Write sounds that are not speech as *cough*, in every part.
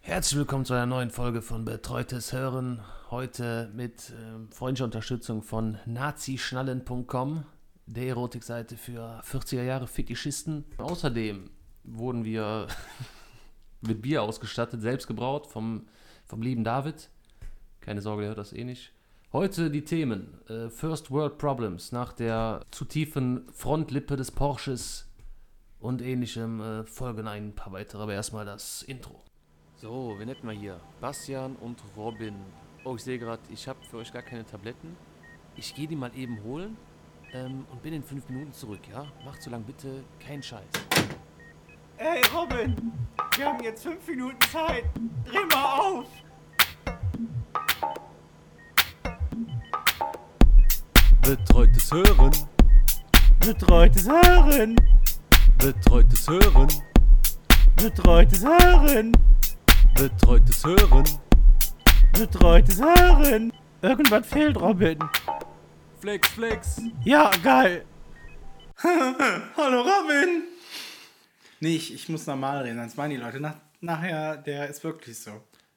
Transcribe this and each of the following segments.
Herzlich willkommen zu einer neuen Folge von Betreutes Hören. Heute mit ähm, freundlicher Unterstützung von nazischnallen.com, der Erotikseite für 40er Jahre Fetischisten. Außerdem wurden wir *laughs* mit Bier ausgestattet, selbst gebraut vom, vom lieben David. Keine Sorge, der hört das eh nicht. Heute die Themen: äh, First World Problems nach der zu tiefen Frontlippe des Porsches und ähnlichem äh, folgen ein paar weitere, aber erstmal das Intro. So, wen hätten wir hier? Bastian und Robin. Oh, ich sehe gerade, ich habe für euch gar keine Tabletten. Ich gehe die mal eben holen ähm, und bin in fünf Minuten zurück, ja? Macht so lang bitte keinen Scheiß. Hey Robin, wir haben jetzt fünf Minuten Zeit. Dreh mal auf. Betreutes Hören, Betreutes Hören. betreutes Hören, Betreutes Hören. betreutes Hören. Betreutes Hören. Irgendwas fehlt, Robin. Flex, flex. Ja, *laughs* geil. Hallo Robin! Nee, ich, ich muss normal reden, sonst meinen die Leute nach, nachher, der ist wirklich so.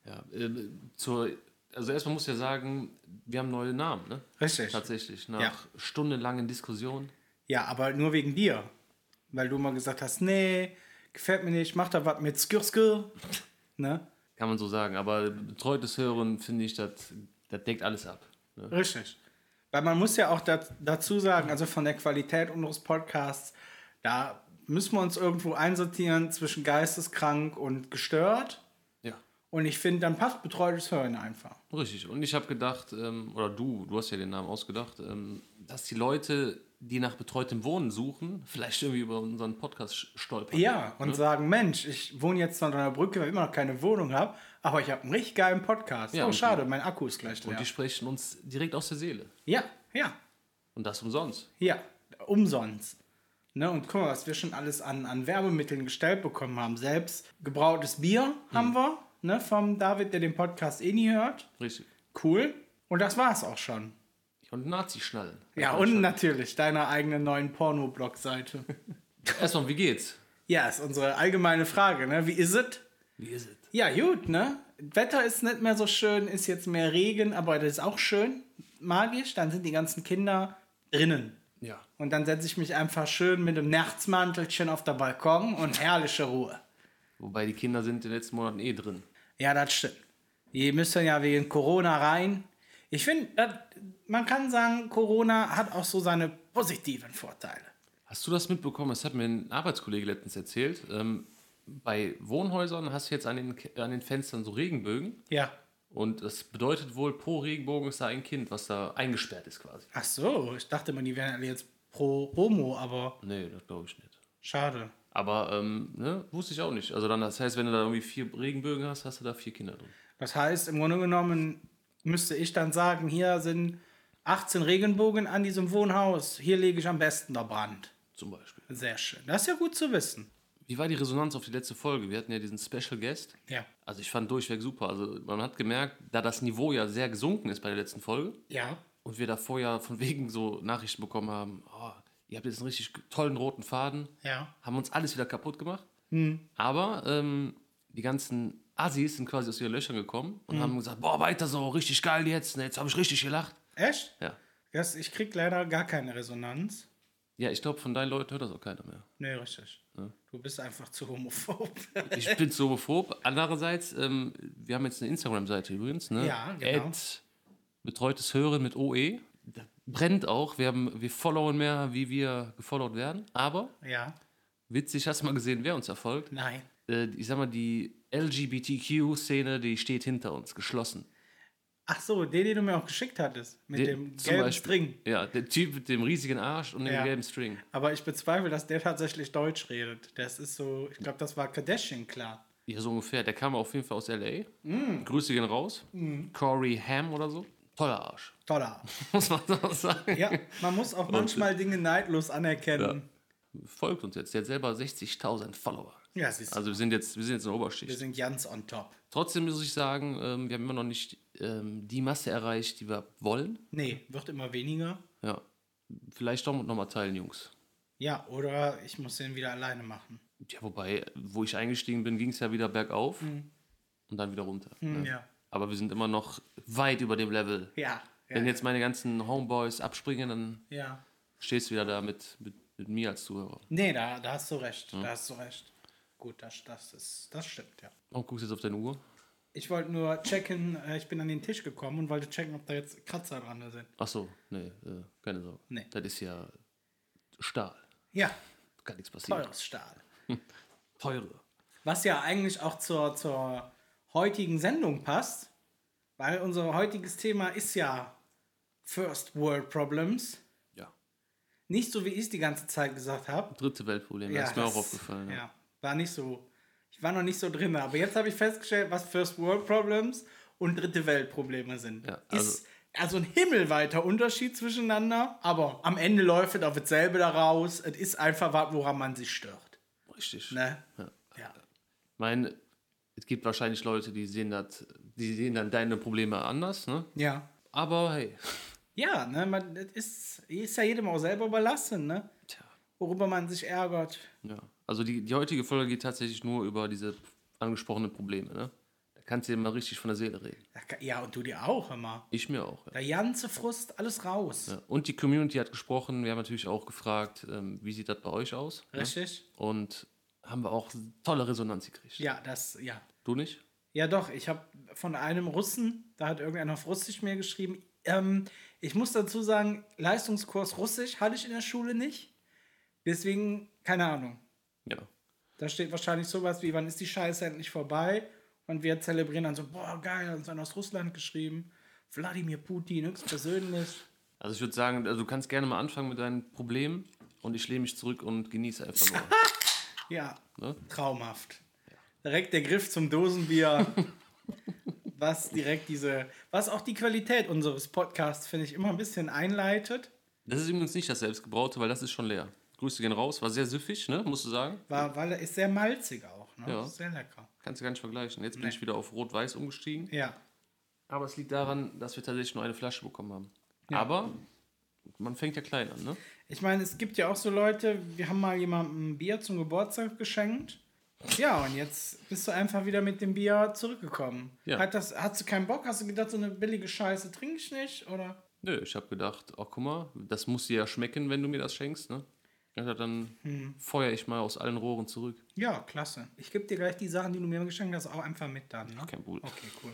Ja, ähm, zur, also erstmal muss ich ja sagen, wir haben neue Namen, ne? Richtig. Tatsächlich, nach Ja. stundenlangen Diskussionen. Ja, aber nur wegen dir. Weil du mal gesagt hast, nee, gefällt mir nicht, mach da was mit Skir Skir. Ne? Kann man so sagen, aber betreutes Hören finde ich, das das deckt alles ab. Ne? Richtig. Weil man muss ja auch dat, dazu sagen, also von der Qualität unseres Podcasts, da müssen wir uns irgendwo einsortieren zwischen geisteskrank und gestört. Ja, Und ich finde, dann passt betreutes Hören einfach. richtig. Und ich habe gedacht, ähm, oder du, du hast ja den Namen ausgedacht, ähm, dass die Leute, die nach betreutem Wohnen suchen, vielleicht irgendwie über unseren Podcast sch- stolpern. Ja, und sagen, Mensch, ich wohne jetzt an einer Brücke, weil ich immer noch keine Wohnung habe, aber ich habe einen richtig geilen Podcast. Ja, oh, und- schade, mein Akku ist gleich Und leer. die sprechen uns direkt aus der Seele. Ja, ja, Und das umsonst. ja, umsonst. Ne, und guck mal, was wir schon alles an, an Werbemitteln gestellt bekommen haben. Selbst gebrautes Bier haben wir, ne, vom David, der den Podcast eh nie hört. Richtig. Cool. Und das war's auch schon. Und Nazi-Schnallen. Ja, und natürlich deiner eigenen neuen Porno-Blog-Seite. Erstmal, wie geht's? ja, ist unsere allgemeine Frage, ne? Wie ist es? Wie ist es? Ja, gut, ne? Wetter ist nicht mehr so schön, ist jetzt mehr Regen, aber das ist auch schön, magisch. Dann sind die ganzen Kinder drinnen. Ja. Und dann setze ich mich einfach schön mit dem Nachtsmantelchen auf der Balkon und herrliche Ruhe. Wobei die Kinder sind in den letzten Monaten eh drin. Ja, das stimmt. Die müssen ja wegen Corona rein. Ich finde, man kann sagen, Corona hat auch so seine positiven Vorteile. Hast du das mitbekommen? Das hat mir ein Arbeitskollege letztens erzählt. Ähm, bei Wohnhäusern hast du jetzt an den, Ke- an den Fenstern so Regenbögen. Ja. Und das bedeutet wohl, pro Regenbogen ist da ein Kind, was da eingesperrt ist quasi. Ach so, ich dachte immer, die wären alle jetzt pro Homo, aber Nee, das glaube ich nicht. schade. Aber ähm, ne, wusste ich auch nicht. Also dann, das heißt, wenn du da irgendwie vier Regenbögen hast, hast du da vier Kinder drin. Das heißt, im Grunde genommen müsste ich dann sagen, hier sind 18 Regenbogen an diesem Wohnhaus. Hier lege ich am besten der Brand. Zum Beispiel. Sehr schön. Das ist ja gut zu wissen. Wie war die Resonanz auf die letzte Folge? Wir hatten ja diesen Special Guest. Ja. Also ich fand durchweg super. Also man hat gemerkt, da das Niveau ja sehr gesunken ist bei der letzten Folge Ja. und wir davor ja von wegen so Nachrichten bekommen haben, oh, ihr habt jetzt einen richtig tollen roten Faden, Ja. haben uns alles wieder kaputt gemacht. Hm. Aber ähm, die ganzen Assis sind quasi aus ihren Löchern gekommen Hm. und haben gesagt, boah, weiter so, richtig geil jetzt, ne, jetzt habe ich richtig gelacht. Echt? Ja, Das, ich krieg leider gar keine Resonanz. ja ich glaube, von deinen Leuten hört das auch keiner mehr. Nee, richtig. Du bist einfach zu homophob. *laughs* Ich bin so homophob. Andererseits, ähm, wir haben jetzt eine Instagram-Seite übrigens, ne? Ja, genau. At betreutes Hören mit OE. Das brennt auch. Wir, haben, wir followen mehr, wie wir gefollowt werden. Aber, ja. witzig, hast du mal gesehen, wer uns erfolgt? Nein. Äh, ich sag mal, die LGBTQ-Szene, die steht hinter uns, geschlossen. Ach so, den, den du mir auch geschickt hattest. Mit Der- dem zum gelben Beispiel- String. Ja, der Typ mit dem riesigen Arsch und dem Ja. gelben String. Aber ich bezweifle, dass der tatsächlich Deutsch redet. Das ist so, ich glaube, das war Kardashian klar. Ja, so ungefähr. Der kam auf jeden Fall aus L.A. Mm. Grüße gehen raus. Corey Ham oder so. Toller Arsch. *laughs* Toller. Muss man so sagen. Ja, man *laughs* muss auch manchmal Dinge neidlos anerkennen. folgt uns jetzt. Der hat selber 60.000 Follower. Ja, siehst du. Also wir sind jetzt, wir sind jetzt in der wir Oberschicht. sind ganz on top. Trotzdem muss ich sagen, ähm, wir haben immer noch nicht ähm, die Masse erreicht, die wir wollen. Nee, wird immer weniger. Ja. Vielleicht doch nochmal teilen, Jungs. Ja, oder ich muss den wieder alleine machen. Ja, wobei, wo ich eingestiegen bin, ging es ja wieder bergauf. und dann wieder runter. Hm, ne? Mm. ja. Aber wir sind immer noch weit über dem Level. Ja. Wenn Ja. jetzt meine ganzen Homeboys abspringen, dann ja. stehst du wieder da mit, mit, mit mir als Zuhörer. Nee, da, da hast du recht. Da hast du recht. Gut, das, das, ist, das stimmt, ja. Und guckst jetzt auf deine Uhr. Ich wollte nur checken, äh, ich bin an den Tisch gekommen und wollte checken, ob da jetzt Kratzer dran sind. Ach so, nee, äh, keine Sorge. Nee. Das ist ja Stahl. Ja, Kann nichts passieren. teures Stahl. Teure. Was ja eigentlich auch zur, zur heutigen Sendung passt, weil unser heutiges Thema ist ja First World Problems. Ja. Nicht so, wie ich es die ganze Zeit gesagt habe. Dritte Weltproblem, das ist mir auch aufgefallen. Ja. Ja. war nicht so. Ich war noch nicht so drin, aber jetzt habe ich festgestellt, was First World Problems und Dritte Welt Probleme sind. Ja, also- ist also ein himmelweiter Unterschied zwischeneinander, aber am Ende läuft es auf dasselbe daraus. Es ist einfach was, woran man sich stört. Richtig. Ne? Ja. Ja. mein, es gibt wahrscheinlich Leute, die sehen das, die sehen dann deine Probleme anders, ne? Ja. Aber hey, Ja, ne, man, das ist, ist ja jedem auch selber überlassen, ne? Tja. Worüber man sich ärgert. ja. Also die, die heutige Folge geht tatsächlich nur über diese angesprochenen Probleme, ne? Da kannst du dir mal richtig von der Seele reden. Da ka- Ja, und du dir auch immer. Ich mir auch, ja. Der ganze Frust, alles raus. ja. Äh, Und die Community hat gesprochen, wir haben natürlich auch gefragt, ähm, wie sieht das bei euch aus? ne? Richtig? Und haben wir auch tolle Resonanz gekriegt. Ja, das, ja. Du nicht? Ja, doch, ich habe von einem Russen, da hat irgendeiner auf Russisch mir geschrieben. Ähm, ich muss dazu sagen, Leistungskurs Russisch hatte ich in der Schule nicht. Deswegen, keine Ahnung. Ja. Da steht wahrscheinlich sowas wie, wann ist die Scheiße endlich vorbei? Und wir zelebrieren dann so, boah, geil, hat uns einer aus Russland geschrieben. Wladimir Putin, höchstpersönlich. Also ich würde sagen, also du kannst gerne mal anfangen mit deinen Problemen und ich lehne mich zurück und genieße einfach *laughs* nur. Ja, Ne? traumhaft. Direkt der Griff zum Dosenbier. was direkt diese, was auch die Qualität unseres Podcasts, finde ich, immer ein bisschen einleitet. Das ist übrigens nicht das selbstgebraute, weil das ist schon leer. Grüße gehen raus, war sehr süffig, ne? Musst du sagen. War, weil er ist sehr malzig auch, ne? Ja. Sehr lecker. Kannst du gar nicht vergleichen. Jetzt bin ich wieder auf Rot-Weiß umgestiegen. Ja. Aber es liegt daran, dass wir tatsächlich nur eine Flasche bekommen haben. Aber man fängt ja klein an, ne? Ich meine, es gibt ja auch so Leute, wir haben mal jemandem ein Bier zum Geburtstag geschenkt. Ja, und jetzt bist du einfach wieder mit dem Bier zurückgekommen. Ja. Hat das, hast du keinen Bock? Hast du gedacht, so eine billige Scheiße trinke ich nicht? Oder? Nö, ich habe gedacht, oh guck mal, das muss dir ja schmecken, wenn du mir das schenkst, ne? Ich dachte, dann Hm. feuer ich mal aus allen Rohren zurück. Ja, klasse. Ich gebe dir gleich die Sachen, die du mir geschenkt hast, auch einfach mit dann. Ne? Kein Bull. Okay, cool.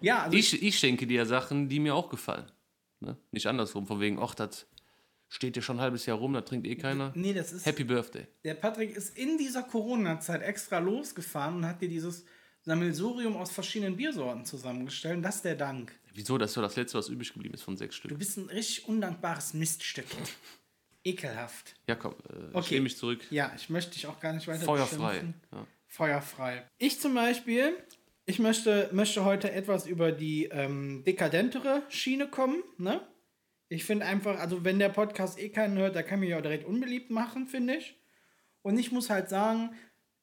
Ja, also Ich, ich schenke dir ja Sachen, die mir auch gefallen. Ne? Nicht andersrum, von wegen, ach, das steht dir schon ein halbes Jahr rum, da trinkt eh keiner. nee, das ist. Happy Birthday. Der Patrick ist in dieser Corona-Zeit extra losgefahren und hat dir dieses Sammelsurium aus verschiedenen Biersorten zusammengestellt. Und das ist der Dank. Wieso? Das ist doch das letzte, was übrig geblieben ist von sechs Stück. Du bist ein richtig undankbares Miststück. Ekelhaft. Ja, komm, äh, ich Okay. lehne mich zurück. Ja, ich möchte dich auch gar nicht weiter Feuerfrei. beschimpfen. Ja. Feuerfrei. Ich zum Beispiel, ich möchte, möchte heute etwas über die ähm, dekadentere Schiene kommen. Ne? Ich finde einfach, also wenn der Podcast eh keinen hört, da kann ich mich auch direkt unbeliebt machen, finde ich. Und ich muss halt sagen,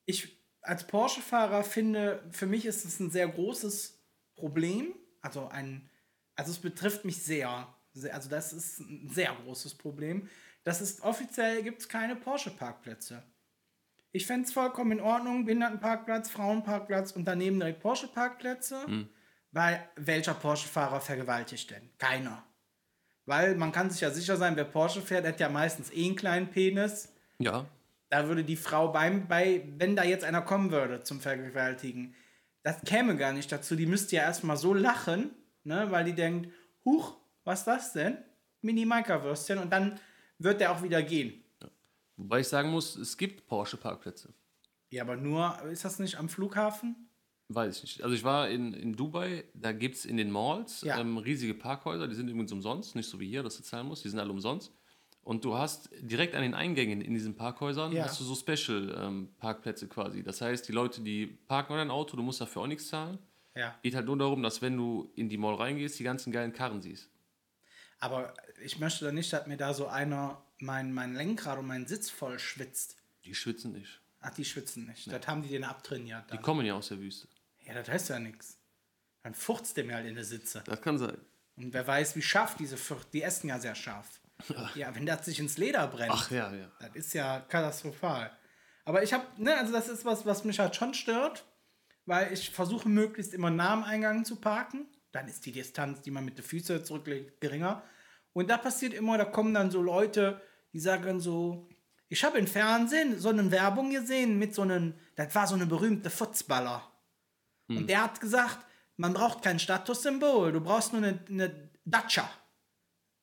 ich als Porsche-Fahrer finde, für mich ist es ein sehr großes Problem. Also ein, also es betrifft mich sehr. sehr also das ist ein sehr großes Problem. Das ist offiziell gibt es keine Porsche-Parkplätze. Ich fände es vollkommen in Ordnung, Behindertenparkplatz, Frauenparkplatz und daneben direkt Porsche-Parkplätze. Weil welcher Porsche-Fahrer vergewaltigt denn? Keiner. Weil man kann sich ja sicher sein, wer Porsche fährt, hat ja meistens eh einen kleinen Penis Ja, da würde die Frau beim, bei, wenn da jetzt einer kommen würde zum Vergewaltigen, das käme gar nicht dazu. Die müsste ja erstmal so lachen, ne, weil die denkt, huch, was ist das denn? Mini-Maika-Würstchen und dann wird der auch wieder gehen. wobei ich sagen muss, es gibt Porsche-Parkplätze. Ja, aber nur, ist das nicht am Flughafen? Weiß ich nicht. Also ich war in, in Dubai, da gibt es in den Malls Ja. ähm, riesige Parkhäuser, die sind übrigens umsonst, nicht so wie hier, dass du zahlen musst, die sind alle umsonst. Und du hast direkt an den Eingängen in diesen Parkhäusern Ja. hast du so Special-Parkplätze quasi. Das heißt, die Leute, die parken dein Auto, du musst dafür auch nichts zahlen. Ja. Geht halt nur darum, dass wenn du in die Mall reingehst, die ganzen geilen Karren siehst. Aber ich möchte doch nicht, dass mir da so einer mein, mein Lenkrad und meinen Sitz voll schwitzt. Die schwitzen nicht. Ach, die schwitzen nicht. Das haben die denen abtrainiert. Die Dann. kommen ja aus der Wüste. Ja, das heißt ja nichts. Dann furzt der mir halt in die Sitze. Das kann sein. Und wer weiß, wie scharf diese Fürcht, die essen ja sehr scharf. Ja, wenn das sich ins Leder brennt, Ach ja, ja. das ist ja katastrophal. Aber ich habe, ne, also das ist was, was mich halt schon stört. weil ich versuche möglichst immer nah am Eingang zu parken. Dann ist die Distanz, die man mit den Füßen zurücklegt, geringer. Und da passiert immer, da kommen dann so Leute, die sagen so, ich habe im Fernsehen so eine Werbung gesehen mit so einem, das war so eine berühmte Futzballer. Mhm. Und der hat gesagt, man braucht kein Statussymbol, du brauchst nur eine, eine Datscha.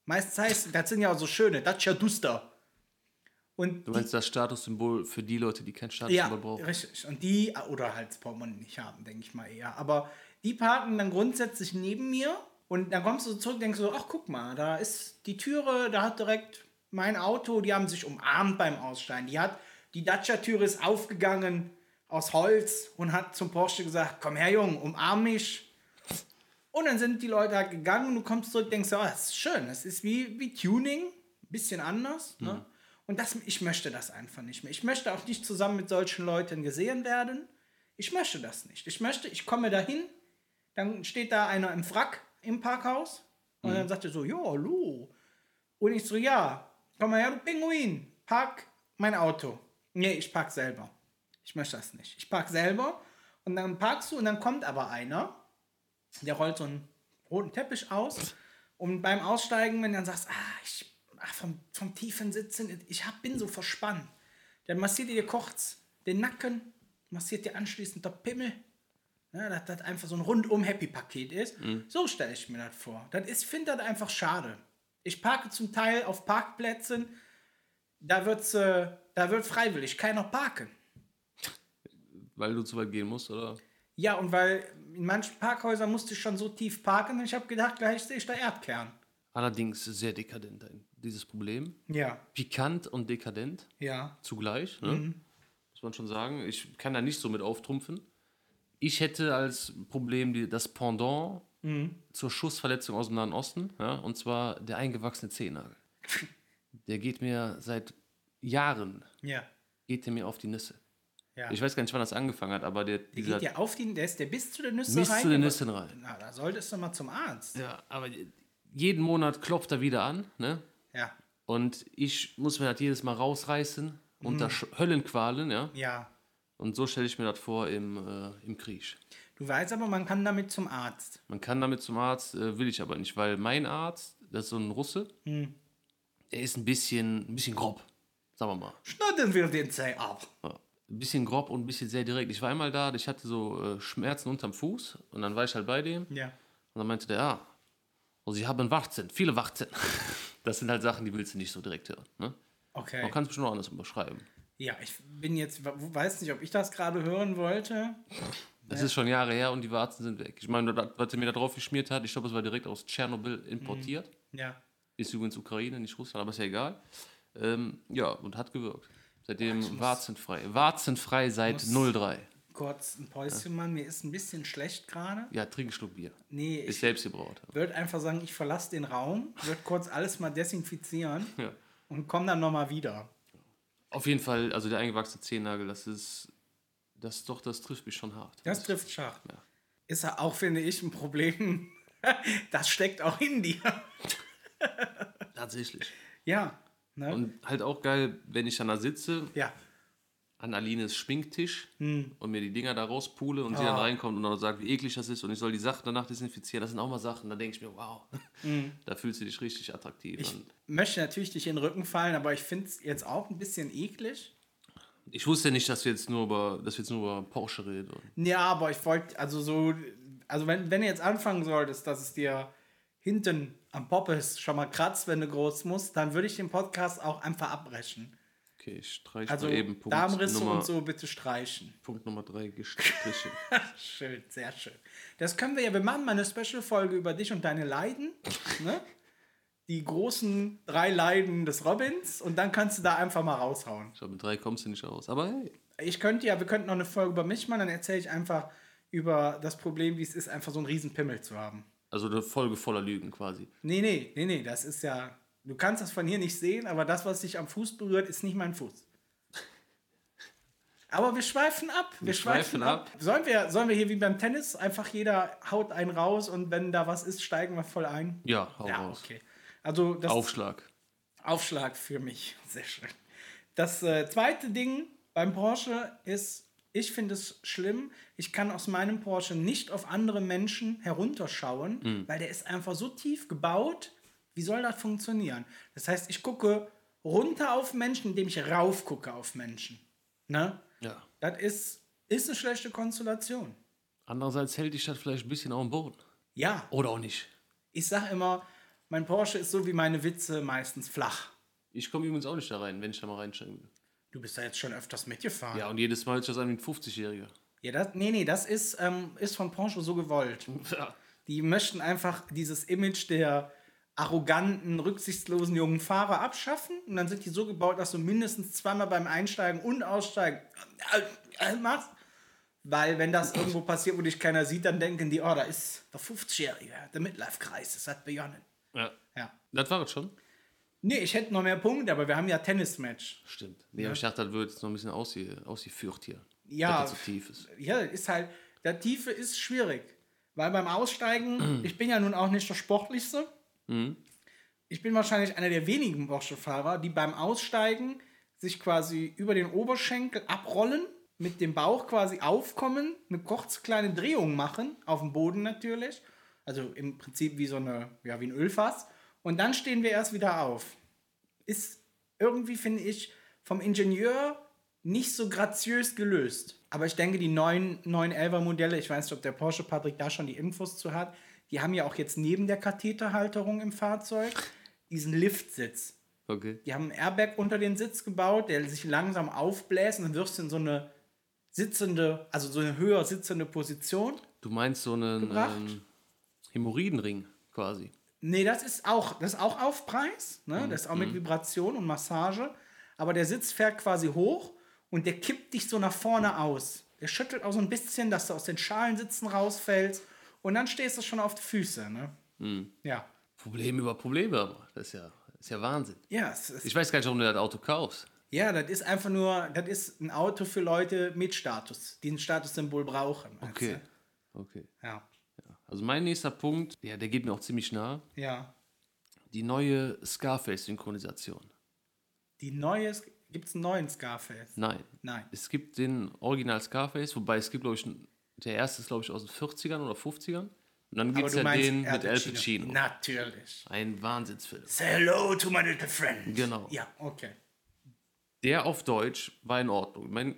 Meistens heißt, das sind ja auch so schöne, Datscha Duster. Und Du die- meinst das Statussymbol für die Leute, die kein ja, Statussymbol brauchen? richtig. Und die, oder halt das Portemonnaie nicht haben, denke ich mal eher. Aber die parken dann grundsätzlich neben mir und dann kommst du zurück und denkst so, ach guck mal, da ist die Türe, da hat direkt mein Auto, die haben sich umarmt beim Aussteigen. Die hat, die Dacia-Türe ist aufgegangen aus Holz und hat zum Porsche gesagt, komm her Junge, umarm mich. Und dann sind die Leute halt gegangen und du kommst zurück und denkst so, ah, das ist schön, das ist wie, wie Tuning, ein bisschen anders. Ne? Und das, ich möchte das einfach nicht mehr. Ich möchte auch nicht zusammen mit solchen Leuten gesehen werden. Ich möchte das nicht. Ich möchte, ich komme dahin, dann steht da einer im Frack im Parkhaus und dann sagt er so, ja, hallo. Und ich so, ja, komm mal her, du Pinguin, park mein Auto. Nee, ich park selber. Ich möchte das nicht. Ich park selber und dann parkst du und dann kommt aber einer, der rollt so einen roten Teppich aus und beim Aussteigen, wenn du dann sagst, ah, ich, ach, vom, vom tiefen Sitzen, ich hab, bin so verspannt, dann massiert ihr dir kurz den Nacken, massiert dir anschließend der Pimmel. Ja, dass das einfach so ein rundum Happy-Paket ist. So stelle ich mir das vor. Das ist, finde das einfach schade. Ich parke zum Teil auf Parkplätzen, da, wird's, äh, da wird freiwillig keiner parken. Weil du zu weit gehen musst, oder? Ja, und weil in manchen Parkhäusern musste ich schon so tief parken, ich habe gedacht, gleich sehe ich da Erdkern. Allerdings sehr dekadent, ein- dieses Problem. Ja, Pikant und dekadent ja. zugleich, ne? Mhm. muss man schon sagen. Ich kann da nicht so mit auftrumpfen. Ich hätte als Problem die, das Pendant Mhm. zur Schussverletzung aus dem Nahen Osten, ja? und zwar der eingewachsene Zehennagel. Der geht mir seit Jahren Ja. geht der mir auf die Nüsse. Ja. Ich weiß gar nicht, wann das angefangen hat, aber der, Der dieser geht ja auf die, der ist der bis zu den Nüssen bis rein. zu den Nüssen rein. Na, da solltest du mal zum Arzt. Ja, aber jeden Monat klopft er wieder an, ne? Ja, Und ich muss mir das jedes Mal rausreißen unter Sch- Höllenqualen, ja? ja. Und so stelle ich mir das vor im, äh, im Krieg. Du weißt aber, man kann damit zum Arzt. Man kann damit zum Arzt, äh, will ich aber nicht, weil mein Arzt, das ist so ein Russe, der ist ein bisschen, ein bisschen grob, sagen wir mal. Schneiden wir den Zeh ab. Ja. Ein bisschen grob und ein bisschen sehr direkt. Ich war einmal da, ich hatte so äh, Schmerzen unterm Fuß und dann war ich halt bei dem Ja. Und dann meinte der, ja, also sie haben Warzen, viele Warzen. *laughs* Das sind halt Sachen, die willst du nicht so direkt hören. Ne? Okay. Man kann es bestimmt auch anders beschreiben. Ja, ich bin jetzt, weiß nicht, ob ich das gerade hören wollte. Das ist schon Jahre her und die Warzen sind weg. Ich meine, das, was er mir da drauf geschmiert hat, ich glaube, es war direkt aus Tschernobyl importiert. Ja. Ist übrigens Ukraine, nicht Russland, aber ist ja egal. Ähm, ja, und hat gewirkt. Seitdem warzenfrei. Warzenfrei seit 03. Kurz ein Päuschen, Mann, mir ist ein bisschen schlecht gerade. Ja, trink einen Schluck Bier. Nee, Ist ich selbst gebraut. würde einfach sagen, ich verlasse den Raum, würde kurz alles mal desinfizieren Ja. und komme dann nochmal wieder. Auf jeden Fall, also der eingewachsene Zehennagel, das ist, das doch, das trifft mich schon hart. Das trifft Schach. Ist ja auch, finde ich, ein Problem. *laughs* Das steckt auch in dir. Tatsächlich. Ja. Ne? Und halt auch geil, wenn ich dann da sitze, ja. an Alines Schminktisch Hm. und mir die Dinger da rauspule und sie dann reinkommt und dann sagt, wie eklig das ist und ich soll die Sachen danach desinfizieren. Das sind auch mal Sachen, da denke ich mir, wow, *laughs* da fühlst du dich richtig attraktiv. Hm. Ich und möchte natürlich nicht in den Rücken fallen, aber ich finde es jetzt auch ein bisschen eklig. ich wusste nicht, dass wir jetzt nur über, dass wir jetzt nur über Porsche reden. Und Ja, aber ich wollte, also so, also wenn, wenn du jetzt anfangen solltest, dass es dir hinten am Poppes schon mal kratzt, wenn du groß musst, dann würde ich den Podcast auch einfach abbrechen. okay, ich streiche Also mal eben Punkt Darmrisse Nummer, und so bitte streichen. Punkt Nummer drei *laughs* gestrichen. Schön, sehr schön. Das können wir ja, wir machen mal eine Special-Folge über dich und deine Leiden, ne? Die großen drei Leiden des Robins und dann kannst du da einfach mal raushauen. ich glaube, mit drei kommst du nicht raus. Aber hey, Ich könnte ja, wir könnten noch eine Folge über mich machen, dann erzähle ich einfach über das Problem, wie es ist, einfach so einen riesen Pimmel zu haben. also eine Folge voller Lügen quasi. Nee, nee, nee, nee, das ist ja. Du kannst das von hier nicht sehen, aber das, was dich am Fuß berührt, ist nicht mein Fuß. Aber wir schweifen ab. Wir, schweifen ab. Sollen, wir, sollen wir hier wie beim Tennis einfach jeder haut einen raus und wenn da was ist, steigen wir voll ein? Ja, hau Ja, raus. okay. Also das Aufschlag. Aufschlag für mich. Sehr schön. Das äh, zweite Ding beim Porsche ist, Ich finde es schlimm. Ich kann aus meinem Porsche nicht auf andere Menschen herunterschauen, weil der ist einfach so tief gebaut. Wie soll das funktionieren? Das heißt, ich gucke runter auf Menschen, indem ich rauf gucke auf Menschen. Ne? Ja. Das ist, ist eine schlechte Konstellation. Andererseits hält die Stadt vielleicht ein bisschen auf dem Boden. Ja, Oder auch nicht. ich sage immer, mein Porsche ist so wie meine Witze meistens flach. Ich komme übrigens auch nicht da rein, wenn ich da mal reinsteigen will. Du bist da jetzt schon öfters mitgefahren. Ja, und jedes Mal ist das ein 50-Jähriger. Ja, das, nee, nee, das ist, ähm, ist von Poncho so gewollt. Ja. Die möchten einfach dieses Image der arroganten, rücksichtslosen jungen Fahrer abschaffen und dann sind die so gebaut, dass du mindestens zweimal beim Einsteigen und Aussteigen äh, äh, machst. Weil wenn das irgendwo passiert, wo dich keiner sieht, dann denken die, oh, da ist der 50-Jährige, der Midlife-Kreis, das hat begonnen. ja. Ja. Das war es schon. Nee, ich hätte noch mehr Punkte, aber wir haben ja Tennismatch. Stimmt. Nee, aber ich dachte, das wird jetzt noch ein bisschen ausge ausgeführt hier. Ja. Dass das zu tief ist. ja, ist halt, der Tiefe ist schwierig. Weil beim Aussteigen, ich bin ja nun auch nicht der Sportlichste. Ich bin wahrscheinlich einer der wenigen Porsche-Fahrer, die beim Aussteigen sich quasi über den Oberschenkel abrollen, mit dem Bauch quasi aufkommen, eine kurz kleine Drehung machen, auf dem Boden natürlich. Also im Prinzip wie so eine, ja, wie ein Ölfass. Und dann stehen wir erst wieder auf. Ist irgendwie, finde ich, vom Ingenieur nicht so graziös gelöst. Aber ich denke, die neuen 911er Modelle, ich weiß nicht, ob der Porsche Patrick da schon die Infos zu hat, die haben ja auch jetzt neben der Katheterhalterung im Fahrzeug diesen Liftsitz. Okay. Die haben einen Airbag unter den Sitz gebaut, der sich langsam aufbläst und dann wirst du in so eine sitzende, also so eine höher sitzende Position. Du meinst so einen Gebracht. ähm, Hämorrhoidenring quasi. Nee, das ist auch, das ist auch Aufpreis, ne? Mhm. Das ist auch mit Vibration und Massage. Aber der Sitz fährt quasi hoch und der kippt dich so nach vorne aus. Der schüttelt auch so ein bisschen, dass du aus den Schalensitzen rausfällst und dann stehst du schon auf die Füße, ne? Mhm. Ja. Problem über Probleme aber. Das ist ja, das ist ja Wahnsinn. Ja, es ist, Ich weiß gar nicht, warum du das Auto kaufst. ja, das ist einfach nur, das ist ein Auto für Leute mit Status, die ein Statussymbol brauchen. weißt Okay. Okay. du? Ja. Also mein nächster Punkt, ja, der geht mir auch ziemlich nah. Ja. Die neue Scarface-Synchronisation. Die neue, gibt es einen neuen Scarface? Nein. Nein. Es gibt den Original Scarface, wobei es gibt, glaube ich, n- der erste ist, glaube ich, aus den 40ern oder 50ern. Und dann gibt es ja den Al mit Al Pacino. Natürlich. Ein Wahnsinnsfilm. Say hello to my little friend. Genau. Ja, okay. Der auf Deutsch war in Ordnung. Ich meine,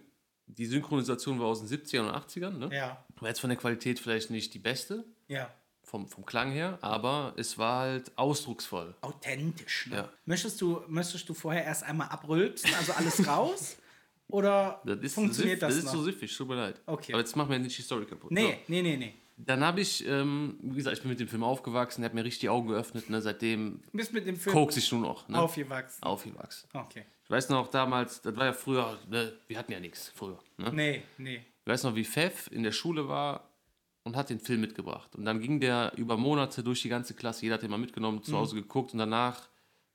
die Synchronisation war aus den 70ern und 80ern, ne? Ja, War jetzt von der Qualität vielleicht nicht die beste, ja. vom, vom Klang her, aber es war halt ausdrucksvoll. Authentisch. Ne? Ja. Möchtest, du, möchtest du vorher erst einmal abrülpsen, also alles raus? *laughs* Oder Das ist, funktioniert siff- das, das ist noch? so siffig, tut mir leid. Okay. Aber jetzt machen wir nicht die Story kaputt. nee, So. nee, nee, nee. Dann habe ich, ähm, wie gesagt, ich bin mit dem Film aufgewachsen, der hat mir richtig die Augen geöffnet, ne? seitdem Du bist mit dem Film kokse ich nur noch. Ne? aufgewachsen. Aufgewachsen. Okay. Ich weiß noch damals, das war ja früher, ne? wir hatten ja nichts früher. Ne? Nee, nee. Ich weiß noch, wie Pfeff in der Schule war und hat den Film mitgebracht. Und dann ging der über Monate durch die ganze Klasse, jeder hat den mal mitgenommen, Mhm. zu Hause geguckt und danach,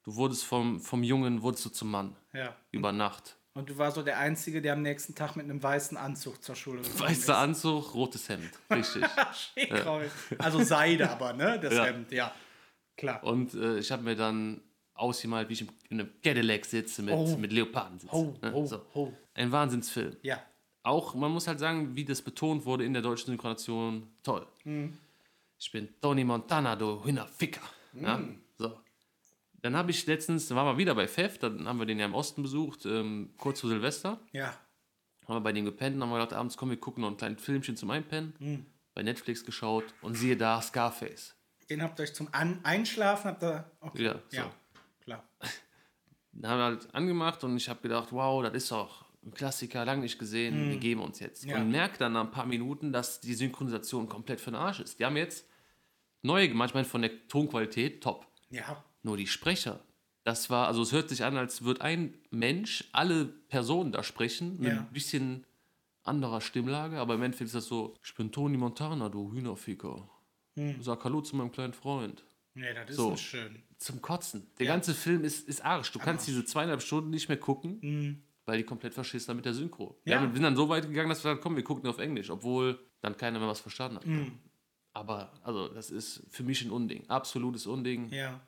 du wurdest vom, vom Jungen, wurdest du zum Mann. Ja. Über Nacht. Und du warst so der Einzige, der am nächsten Tag mit einem weißen Anzug zur Schule gekommen Weißer *laughs* Anzug, rotes Hemd. Richtig. ist. Schickraus. Also Seide aber, ne? Das Ja. Hemd, ja. Klar. Und äh, ich habe mir dann ausgemalt, wie ich in einem Cadillac sitze mit, Oh. mit Leoparden sitze. Ho, ne? ho, so. ho. Ein Wahnsinnsfilm. Ja. Auch, man muss halt sagen, wie das betont wurde in der deutschen Synchronation, toll. Ich bin Tony Montana, du Hühner Ficker. Ja? So. Dann habe ich letztens, da waren wir wieder bei Pfeff, dann haben wir den ja im Osten besucht, ähm, kurz vor Silvester. Ja. Haben wir bei dem gepennt und haben wir gedacht, abends kommen wir gucken noch ein kleines Filmchen zum Einpennen. Bei Netflix geschaut und siehe da, Scarface. Den habt ihr euch zum An Einschlafen, habt ihr. Okay. Ja, so. ja. Klar. Dann haben wir halt angemacht und ich habe gedacht, wow, das ist doch ein Klassiker, lange nicht gesehen, wir geben uns jetzt. Hm. Ja. Und merke dann nach ein paar Minuten, dass die Synchronisation komplett für den Arsch ist. Die haben jetzt neue gemacht, ich meine von der Tonqualität top. Ja. Nur die Sprecher, das war, also es hört sich an, als würde ein Mensch alle Personen da sprechen, mit Ja. ein bisschen anderer Stimmlage, aber im Endeffekt ist das so, ich bin Tony Montana, du Hühnerficker. Hm. Sag Hallo zu meinem kleinen Freund. Nee, das ist So. nicht schön. Zum Kotzen. Der ganze Film ist, ist Arsch. Du kannst diese zweieinhalb Stunden nicht mehr gucken, Hm, weil die komplett verschissen haben mit der Synchro. Ja. Wir haben- sind dann so weit gegangen, dass wir dann kommen, wir gucken auf Englisch, obwohl dann keiner mehr was verstanden hat. Aber, also, das ist für mich ein Unding. Absolutes Unding. Ja.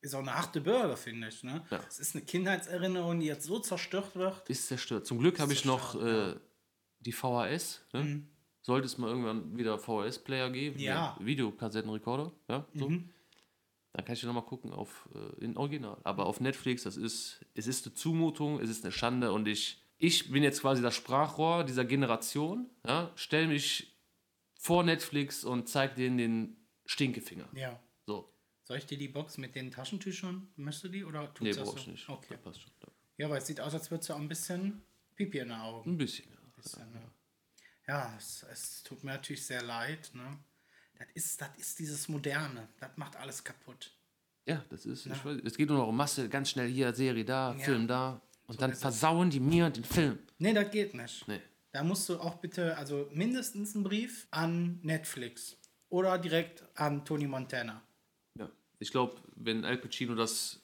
Ist auch eine harte Bürde, finde ich. Ne? Ja. Es ist eine Kindheitserinnerung, die jetzt so zerstört wird. Ist zerstört. Zum Glück habe ich noch äh, die VHS, ne? sollte es mal irgendwann wieder VHS-Player geben, Ja. Mhm. ne? Videokassettenrekorder, ja, so. Dann kann ich den nochmal gucken auf äh, in Original. Aber auf Netflix, das ist, es ist eine Zumutung, es ist eine Schande und ich, ich bin jetzt quasi das Sprachrohr dieser Generation, ja? stell mich vor Netflix und zeig denen den Stinkefinger. Ja. So. Soll ich dir die Box mit den Taschentüchern? Möchtest du die oder tut's Nee, das brauch ich so? nicht. Okay. Das passt schon. Ja, aber es sieht aus, als würdest du auch ein bisschen Pipi in den Augen. Ein bisschen. ja. Bisschen, ne? Ja, es, es tut mir natürlich sehr leid. Ne? Das, ist, das ist dieses Moderne. Das macht alles kaputt. Ja, das ist. Ich weiß, es geht nur noch um Masse, ganz schnell hier, Serie da, Ja. Film da. Und dann versauen die mir den Film. Nee, das geht nicht. Nee. Da musst du auch bitte, also mindestens einen Brief an Netflix oder direkt an Tony Montana. Ja. Ich glaube, wenn Al Pacino das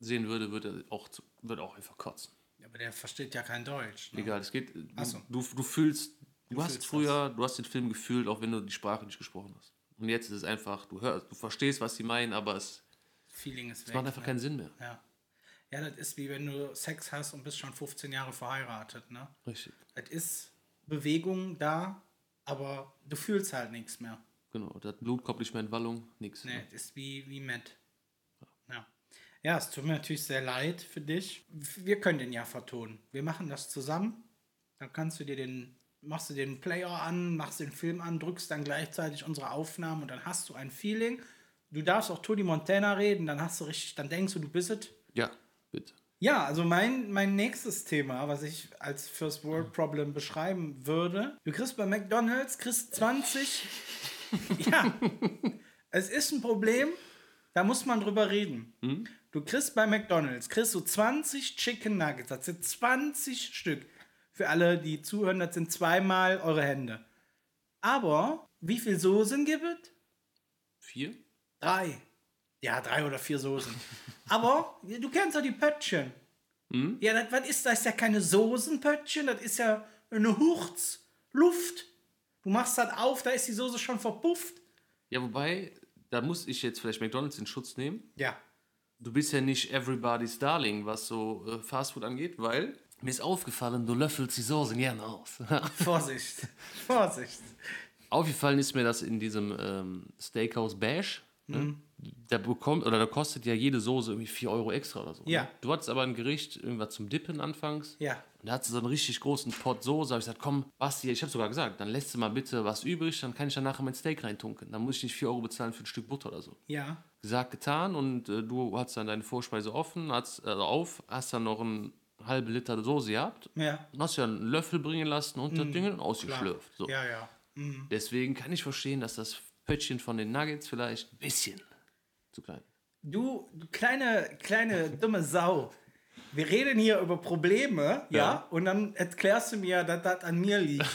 sehen würde, würde er auch, zu- würde auch einfach kotzen. Aber der versteht ja kein Deutsch. Ne? Egal, es geht. Du, so. du, du fühlst, du, hast fühlst früher, du hast den Film gefühlt, auch wenn du die Sprache nicht gesprochen hast. Und jetzt ist es einfach, du hörst, du verstehst, was sie meinen, aber es Feeling ist weg. macht einfach ne? keinen Sinn mehr. ja. ja, das ist wie wenn du Sex hast und bist schon 15 Jahre verheiratet. Ne? Richtig. Es ist Bewegung da, aber du fühlst halt nichts mehr. Genau. Das Blut kommt nicht mehr in Wallung, nix. Nee, es ist wie, wie Matt. Ja. ja, es tut mir natürlich sehr leid für dich. Wir können den ja vertonen. Wir machen das zusammen. Dann kannst du dir den, machst du den Player an, machst den Film an, drückst dann gleichzeitig unsere Aufnahmen und dann hast du ein Feeling. Du darfst auch Tony Montana reden, dann hast du richtig, dann denkst du, du bist es. Ja, bitte. Ja, also mein, mein nächstes Thema, was ich als First World Problem beschreiben würde. Du kriegst bei McDonalds, kriegst 20. ja, es ist ein Problem, da muss man drüber reden. Du kriegst bei McDonalds, kriegst du 20 Chicken Nuggets, das sind 20 Stück. Für alle, die zuhören, das sind zweimal eure Hände. Aber wie viel Soßen gibt es? Vier? Drei. Ja, drei oder vier Soßen. Aber du kennst ja die Pöttchen. Ja, das, was ist das? Das ist ja keine Soßenpöttchen, das ist ja eine Hurz, Luft. Du machst das auf, da ist die Soße schon verpufft. Ja, wobei, da muss ich jetzt vielleicht McDonalds in Schutz nehmen. Ja. du bist ja nicht everybody's darling, was so äh, Fastfood angeht, weil mir ist aufgefallen, du löffelst die Soßen gerne aus. *laughs* Vorsicht. Vorsicht. Aufgefallen ist mir das in diesem ähm, Steakhouse Bash. Ne? Mhm. Da bekommt oder da kostet ja jede Soße irgendwie 4 Euro extra oder so. Ja. Ne? Du hattest aber ein Gericht, irgendwas zum Dippen anfangs. Ja. Und da hat sie so einen richtig großen Pot Soße. Hab ich gesagt, komm, Basti, ich habe sogar gesagt, dann lässt du mal bitte was übrig, dann kann ich danach in mein Steak reintunken. Dann muss ich nicht 4 Euro bezahlen für ein Stück Butter oder so. Ja. gesagt, getan und äh, du hast dann deine Vorspeise offen, hast, also auf, hast dann noch einen halben Liter Soße gehabt Ja. Mm, und hast ja einen Löffel bringen lassen und das Ding dann ausgeschlürft. So. Ja, ja. Deswegen kann ich verstehen, dass das Pöttchen von den Nuggets vielleicht ein bisschen zu klein ist. Du, du kleine, kleine dumme Sau. Wir reden hier über Probleme, ja, Ja. und dann erklärst du mir, dass das an mir liegt.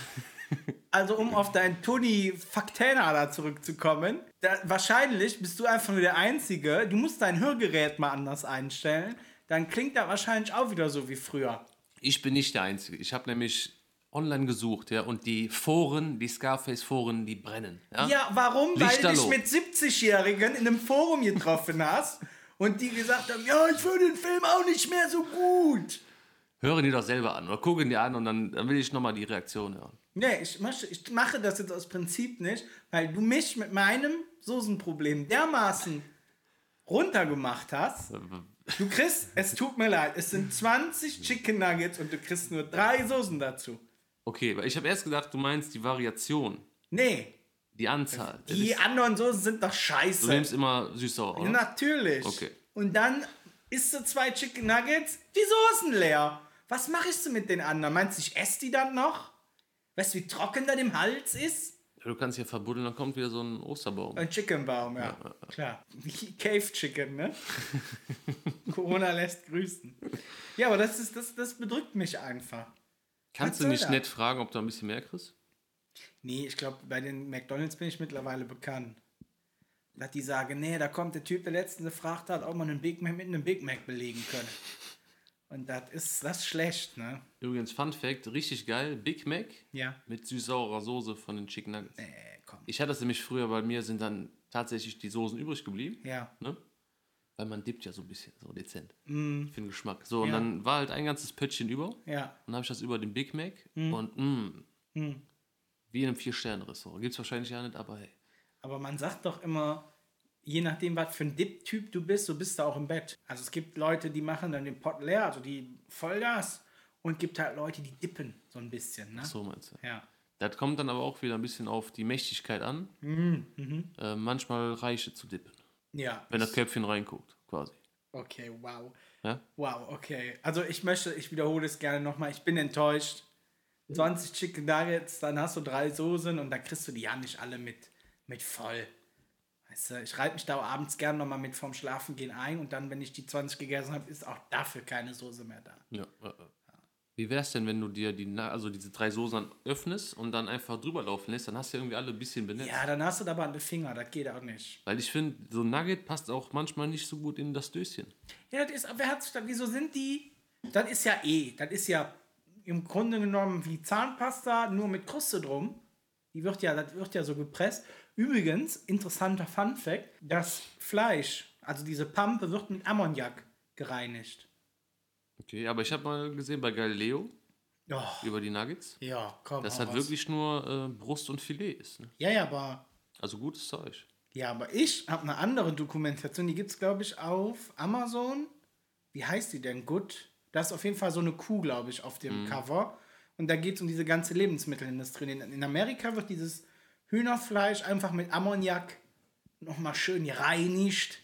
Also, um auf deinen Tony Faktana da zurückzukommen, da, wahrscheinlich bist du einfach nur der Einzige. Du musst dein Hörgerät mal anders einstellen. Dann klingt das wahrscheinlich auch wieder so wie früher. Ich bin nicht der Einzige. Ich habe nämlich online gesucht ja, und die Foren, die Scarface-Foren, die brennen. Ja? Ja, warum? Weil du dich Lichterloh. mit 70-Jährigen in einem Forum getroffen hast und die gesagt haben: Ja, ich finde den Film auch nicht mehr so gut. Hören die doch selber an oder gucken die an und dann, dann will ich nochmal die Reaktion hören. Nee, ich, mach- ich mache das jetzt aus Prinzip nicht, weil du mich mit meinem Soßenproblem dermaßen runtergemacht hast. Du kriegst, es tut mir leid, es sind 20 Chicken Nuggets und du kriegst nur drei Soßen dazu. Okay, weil ich habe erst gedacht, du meinst die Variation, Nee, die Anzahl. Das die ist- anderen Soßen sind doch Du scheiße. nimmst immer süß-sauer, oder? Natürlich. Okay. Und dann isst du zwei Chicken Nuggets, die Soßen leer. Was mache ich denn mit den anderen? Meinst du, ich esse die dann noch? Weißt du, wie trocken das im Hals ist? Ja, Du kannst hier verbuddeln, dann kommt wieder so ein Osterbaum. Ein Chickenbaum, ja. Klar. Cave Chicken, *laughs* ne? Corona lässt grüßen. Ja, aber das, ist, das, das bedrückt mich einfach. Kannst du soll nicht das? nett fragen, ob du ein bisschen mehr kriegst? Nee, ich glaube, bei den McDonalds bin ich mittlerweile bekannt. Dass die sagen, nee, da kommt der Typ, der letztens gefragt hat, ob man einen Big Mac mit einem Big Mac belegen könne. Und das ist das ist schlecht, ne? Übrigens, Fun Fact, richtig geil, Big Mac Ja. mit süß-saurer Soße von den Chicken Nuggets. Äh, komm. Ich hatte es nämlich früher, bei mir sind dann tatsächlich die Soßen übrig geblieben, Ja. Mm. ne? Weil man dippt ja so ein bisschen, so dezent für den Geschmack. So, und Ja. dann war halt ein ganzes Pöttchen über. Ja. Mm. Dann habe ich das über den Big Mac und mh, Wie in einem Vier-Sterne-Restaurant. Gibt es wahrscheinlich ja nicht, aber hey. Aber man sagt doch immer, je nachdem, was für ein Dip-Typ du bist, so bist du auch im Bett. Also es gibt Leute, die machen dann den Pott leer, also die Vollgas. Und gibt halt Leute, die dippen so ein bisschen. Ne? So meinst du. Ja. Das kommt dann aber auch wieder ein bisschen auf die Mächtigkeit an. Mhm, Äh, manchmal reiche zu dippen, ja. wenn das Köpfchen reinguckt, quasi. Okay, wow. Ja? Wow, okay. Also ich möchte, ich wiederhole es gerne nochmal, ich bin enttäuscht. 20 Chicken Nuggets, dann hast du drei Soßen und dann kriegst du die ja nicht alle mit, mit voll. Weißt du, ich reite mich da abends gerne nochmal mit vorm Schlafengehen ein und dann, wenn ich die 20 gegessen habe, ist auch dafür keine Soße mehr da. Ja. äh, äh. Wie wär's denn, wenn du dir die, Na- also diese drei Soßen öffnest und dann einfach drüber laufen lässt? Dann hast du ja irgendwie alle ein bisschen benetzt. Ja, dann hast du da aber einen Finger, das geht auch nicht. Weil ich finde, so ein Nugget passt auch manchmal nicht so gut in das Döschen. Ja, das ist, wer hat's da, wieso sind die? Das ist ja eh, das ist ja im Grunde genommen wie Zahnpasta, nur mit Kruste drum. Die wird ja, das wird ja so gepresst. Übrigens, interessanter Fun Fact, das Fleisch, also diese Pampe, wird mit Ammoniak gereinigt. Okay, aber ich habe mal gesehen bei Galileo Ja, über die Nuggets, ja, komm. dass hau halt raus. wirklich nur äh, Brust und Filet ist. Ne? Ja, ja, aber, Also gutes Zeug. ja, aber ich habe eine andere Dokumentation, die gibt es, glaube ich, auf Amazon. Wie heißt die denn? Good. Da ist auf jeden Fall so eine Kuh, glaube ich, auf dem Cover. Und da geht es um diese ganze Lebensmittelindustrie. In, in Amerika wird dieses Hühnerfleisch einfach mit Ammoniak nochmal schön gereinigt.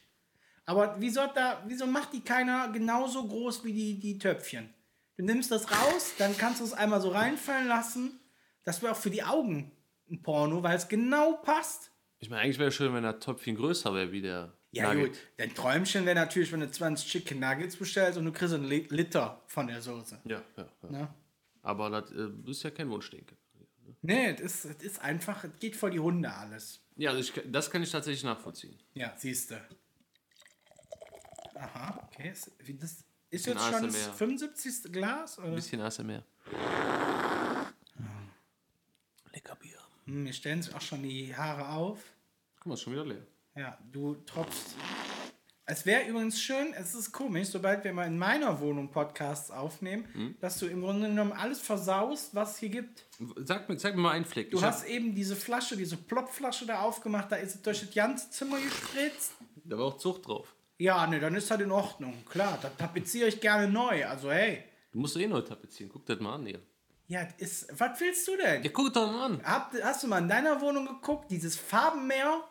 Aber wieso, hat da, wieso macht die keiner genauso groß wie die, die Töpfchen? Du nimmst das raus, dann kannst du es einmal so reinfallen lassen. Das wäre auch für die Augen ein Porno, weil es genau passt. Ich meine, eigentlich wäre schön, wenn der Topf viel größer wäre wie der Ja, Nugget. gut. Dein Träumchen wäre natürlich, wenn du 20 Chicken Nuggets bestellst und du kriegst einen Li- Liter von der Soße. Ja, ja, ja. Ne? Aber das äh, ist ja kein Wunschdenken. Nee, das ist, das ist einfach, es geht vor die Hunde alles. Ja, also ich, ka- das kann ich tatsächlich nachvollziehen. Ja, siehst du. Aha, okay. Ist, wie das, ist Bisschen jetzt schon das ASMR. 75. Glas? Ein Oder? bisschen ASMR. Lecker Bier. Hm, mir stellen sich auch schon die Haare auf. Guck mal, ist schon wieder leer. Ja, du tropfst. Es wäre übrigens schön, es ist komisch, sobald wir mal in meiner Wohnung Podcasts aufnehmen, Hm? dass du im Grunde genommen alles versaust, was es hier gibt. W- Sag mir, zeig mir mal einen Fleck. Du Ich hast eben diese Flasche, diese Plopflasche da aufgemacht, da ist es durch das ganze Zimmer gespritzt. hab, da war auch Zucht drauf. Ja, ne, dann ist das in Ordnung. Klar, da tapeziere ich gerne neu. Also, hey. Du musst eh neu tapezieren. Guck das mal an, Digga. Ja, das ist. Was willst du denn? Ja, guck doch mal an. Hab, hast du mal in deiner Wohnung geguckt? Dieses Farbenmeer?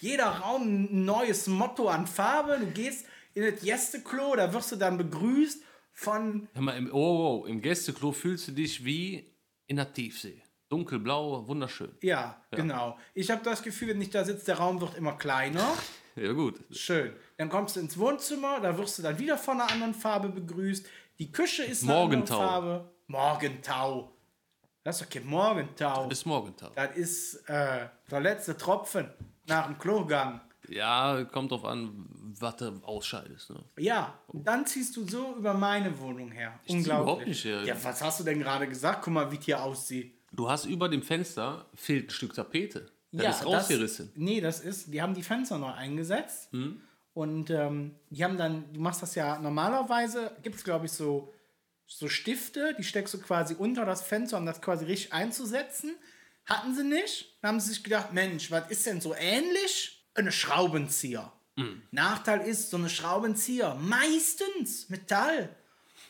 Jeder Raum ein neues Motto an Farbe. Du gehst in das Gästeklo, da wirst du dann begrüßt von. Hör mal, im, oh, oh, oh, im Gästeklo fühlst du dich wie in der Tiefsee. Dunkelblau, wunderschön. Ja, genau. Ich habe das Gefühl, wenn ich da sitze, der Raum wird immer kleiner. Ja, gut. Schön. Dann kommst du ins Wohnzimmer, da wirst du dann wieder von einer anderen Farbe begrüßt. Die Küche ist eine Morgentau. andere Farbe. Morgentau. Das ist okay, Morgentau. Bis Morgentau. Das ist äh, der letzte Tropfen nach dem Klogang. Ja, kommt drauf an, was du ausscheidest. Ne? Ja, und dann ziehst du so über meine Wohnung her. zieh Unglaublich. überhaupt nicht her. Ja, was hast du denn gerade gesagt? Guck mal, wie es hier aussieht. Du hast über dem Fenster fehlt ein Stück Tapete. Das ja, ist rausgerissen. Das, nee, das ist, die haben die Fenster neu eingesetzt. Hm. Und ähm, die haben dann, du machst das ja normalerweise, gibt es glaube ich so, so Stifte, die steckst du quasi unter das Fenster, um das quasi richtig einzusetzen. Hatten sie nicht. Dann haben sie sich gedacht, Mensch, was ist denn so ähnlich? Eine Schraubenzieher. Nachteil ist, so eine Schraubenzieher, meistens Metall.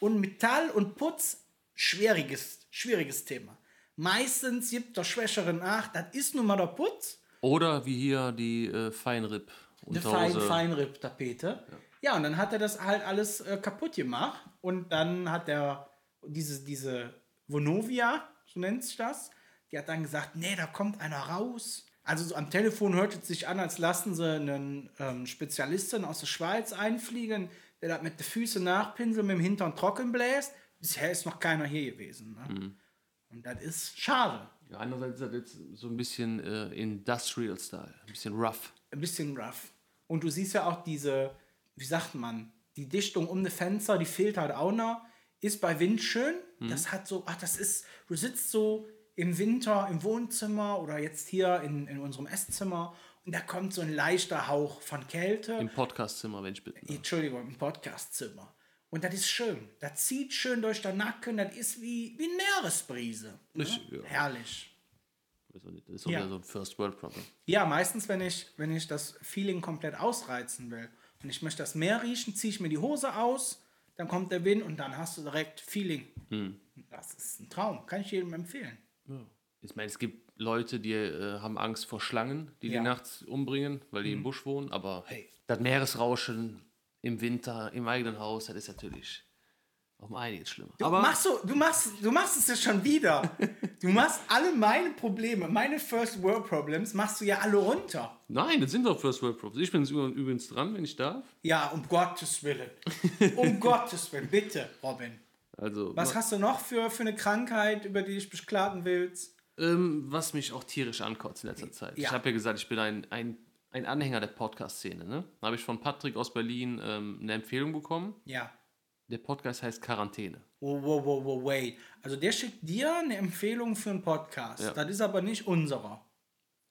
Und Metall und Putz, schwieriges, schwieriges Thema. Meistens gibt der Schwächere nach, das ist nun mal der Putz. Oder wie hier die äh, Feinripp. Eine fein, Feinripp-Tapete. Ja. und dann hat er das halt alles äh, kaputt gemacht. Und dann hat er diese, diese Vonovia, so nennt sich das, die hat dann gesagt, nee, da kommt einer raus. Also so am Telefon hört es sich an, als lassen sie einen ähm, Spezialisten aus der Schweiz einfliegen, der das mit den Füßen nachpinselt, mit dem Hintern trocken bläst. Bisher ist noch keiner hier gewesen. Ne? Und das ist schade. Ja, Andererseits ist das jetzt so ein bisschen äh, Industrial Style. Ein bisschen rough. ein bisschen rough. Und du siehst ja auch diese, wie sagt man, die Dichtung um die Fenster, die fehlt halt auch noch. Ist bei Wind schön. Mhm. Das hat so, ach, das ist, du sitzt so im Winter im Wohnzimmer oder jetzt hier in, in unserem Esszimmer und da kommt so ein leichter Hauch von Kälte. Im Podcastzimmer, wenn ich bitte. Entschuldigung, im Podcastzimmer. Und das ist schön. Das zieht schön durch den Nacken. Das ist wie, wie eine Meeresbrise. Ne? Richtig, ja. Herrlich. Das ist doch Ja. wieder so ein First World Problem. Ja, meistens, wenn ich, wenn ich das Feeling komplett ausreizen will und ich möchte das Meer riechen, ziehe ich mir die Hose aus, dann kommt der Wind und dann hast du direkt Feeling. Das ist ein Traum. Kann ich jedem empfehlen. Ich meine, es gibt Leute, die äh, haben Angst vor Schlangen, die Ja. Mhm. die nachts umbringen, weil die im Busch wohnen. Aber hey, das Meeresrauschen im Winter im eigenen Haus, das ist natürlich um einiges schlimmer. Du machst so, du machst, du machst es ja schon wieder. du machst alle meine Probleme, meine First World Problems, machst du ja alle runter. Nein, das sind doch First World Problems. Ich bin jetzt üb- übrigens dran, wenn ich darf. Ja, um Gottes Willen. Um Gottes Willen, bitte, Robin. Also, ma- Was hast du noch für, für eine Krankheit, über die dich beklagen willst? ähm, was mich auch tierisch ankotzt in letzter Zeit. Ja. Ich habe ja gesagt, ich bin ein, ein, ein Anhänger der Podcast-Szene. Ne? Da habe ich von Patrick aus Berlin ähm, eine Empfehlung bekommen. Ja. Der Podcast heißt Quarantäne. Wow, wow, wow, wow, wait. Also der schickt dir eine Empfehlung für einen Podcast. Ja. Das ist aber nicht unserer.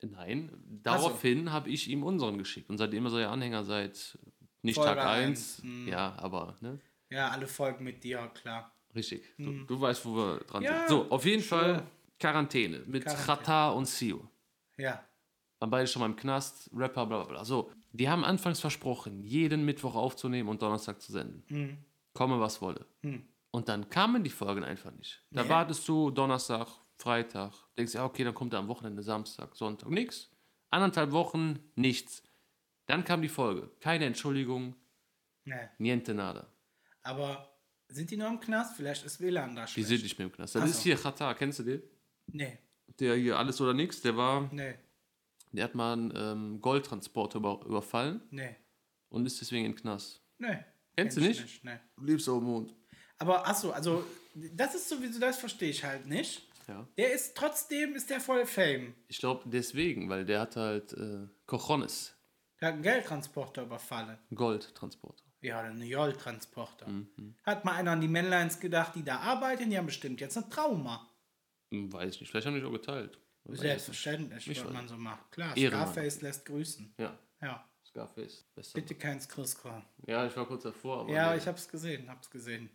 Nein, daraufhin habe ich ihm unseren geschickt. Und seitdem ist er ja Anhänger seit nicht Folge Tag eins, Hm. 1. Ja, aber, ne? Ja, alle folgen mit dir, klar. Richtig. Du, du weißt, wo wir dran Hm. Ja, sind. So, auf jeden sure. Fall Quarantäne mit Quarantäne. Chata und Sio. Ja. Waren beide schon mal im Knast, Rapper, bla bla bla. So, die haben anfangs versprochen, jeden Mittwoch aufzunehmen und Donnerstag zu senden. Komme, was wolle. Und dann kamen die Folgen einfach nicht. Da Nee. wartest du Donnerstag, Freitag, denkst ja, okay, dann kommt er am Wochenende, Samstag, Sonntag, nix. Anderthalb Wochen, nichts. Dann kam die Folge. Keine Entschuldigung, Nee. niente nada. ne. Aber sind die noch im Knast? Vielleicht ist WLAN da Die schlecht. sind nicht mehr im Knast. Das Ach ist so. hier Chata, kennst du den? Nee, Der hier alles oder nichts, der war, nee, der hat mal einen ähm, Goldtransporter über, überfallen nee, und ist deswegen im Knast. nee. Kennst du Kenn ich nicht? Nee. Du lebst auf dem Mond. Aber achso, also das ist sowieso, das verstehe ich halt nicht. Ja. Der ist trotzdem, ist der voll Fame. Ich glaube deswegen, weil der hat halt äh, Cojones, Der hat einen Geldtransporter überfallen. Goldtransporter. Ja, einen Joll-Transporter. Mhm. Hat mal einer an die Männleins gedacht, die da arbeiten, die haben bestimmt jetzt ein Trauma. Hm, Weiß ich nicht, vielleicht haben die auch geteilt. Weiß ich nicht. Selbstverständlich, Ich was weiß man so macht. Klar, Ehrenmann. Scarface lässt grüßen. Ja, Ja, Scarface. Bester bitte keins Christkram. Ja, ich war kurz davor, aber Ja, nee. ich hab's gesehen, hab's gesehen.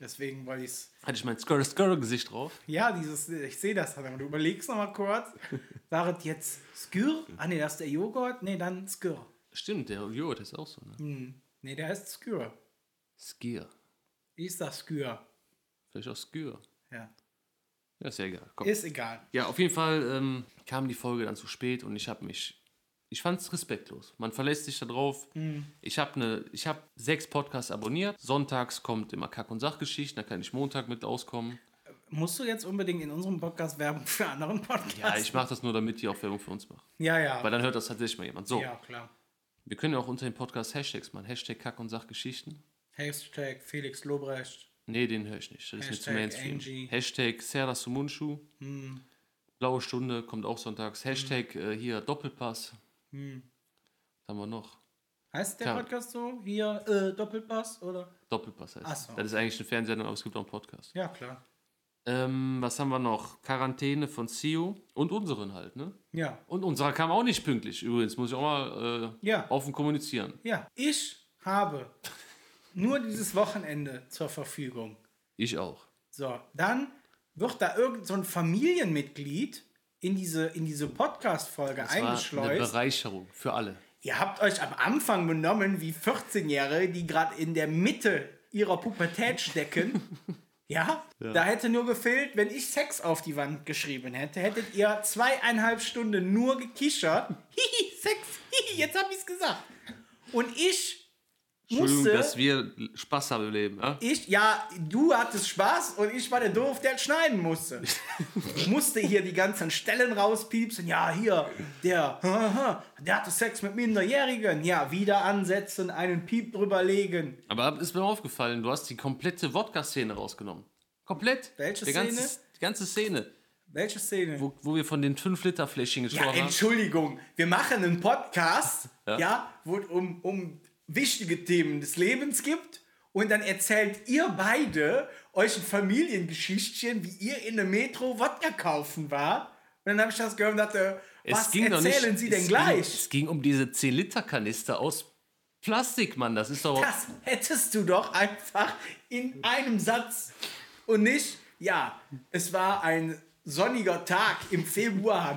Deswegen wollte ich's. hatte ich mein Skr Skr Gesicht drauf. Ja, dieses, ich sehe das halt, aber du überlegst *laughs* nochmal kurz. Sagt jetzt Skür? Ah, nee, das ist der Joghurt. Nee, dann Skür. Stimmt, der Joghurt ist auch so, Hm. ne? Nee, der heißt Skür. Skir. Wie ist das Skür? Vielleicht auch Skür. Ja. Ja, ist ja egal. Komm. Ist egal. Ja, auf jeden Fall ähm, kam die Folge dann zu spät und ich habe mich. Ich fand es respektlos. Man verlässt sich da drauf. Hm. Ich habe ne, ich hab sechs Podcasts abonniert. Sonntags kommt immer Kack- und Sachgeschichten, da kann ich Montag mit auskommen. Musst du jetzt unbedingt in unserem Podcast Werbung für anderen Podcasts? Ja, ich mache das nur, damit die auch Werbung für uns macht. Ja, ja. Weil dann hört das tatsächlich mal jemand. So, Ja, klar. wir können ja auch unter dem Podcast Hashtags machen. Hashtag Kack- und Sachgeschichten. Hashtag Felix Lobrecht. Nee, den höre ich nicht. Das ist mir zu Hashtag Mainstream. Angie. Hm. Hashtag Serda Sumunchu. Blaue Stunde kommt auch sonntags. Hashtag äh, hier Doppelpass. Hm. Was haben wir noch? Heißt der Klar. Podcast so? Hier äh, Doppelpass, oder? Doppelpass heißt. Ach es. so. Das ist eigentlich eine Fernsehsendung, aber es gibt auch einen Podcast. Ja, klar. Ähm, was haben wir noch? Quarantäne von Sio und unseren halt, ne? Ja. Und unserer kam auch nicht pünktlich übrigens, muss ich auch mal äh, Ja. offen kommunizieren. Ja. Ich habe nur dieses Wochenende zur Verfügung. Ich auch. So, dann wird da irgend so ein Familienmitglied in diese, in diese Podcast-Folge Es war eine eingeschleust. Bereicherung für alle. Ihr habt euch am Anfang benommen wie 14-Jährige, die gerade in der Mitte ihrer Pubertät stecken. *laughs* ja? da hätte nur gefehlt, wenn ich Sex auf die Wand geschrieben hätte, hättet ihr zweieinhalb Stunden nur gekichert. *laughs* Hihi, Sex, hihi, jetzt hab ich's gesagt. Und ich Entschuldigung, musste... dass wir Spaß haben im Leben. Ja? Ich, ja, du hattest Spaß und ich war der Doof, der schneiden musste. Ich musste hier die ganzen Stellen rauspiepsen. Ja, hier, der, der *laughs* hatte Sex mit Minderjährigen. Ja, wieder ansetzen, einen Piep drüberlegen. Aber ist mir aufgefallen, du hast die komplette Wodka-Szene rausgenommen. Komplett. Welche Die ganze, Szene? Die ganze Szene, Welche Szene? wo, wo wir von den 5-Liter-Fläschchen ja, gesprochen haben. Entschuldigung, wir machen einen Podcast, ja, Ja. wo es um, um wichtige Themen des Lebens gibt. Und dann erzählt ihr beide euch ein Familiengeschichtchen, wie ihr in der Metro Wodka kaufen war. Und dann habe ich das gehört und dachte, was erzählen doch nicht- Sie denn es Ging, gleich? es ging um diese 10-Liter-Kanister aus Plastik, Mann, das ist doch. Das hättest du doch einfach in einem Satz und nicht, ja, es war ein sonniger Tag im Februar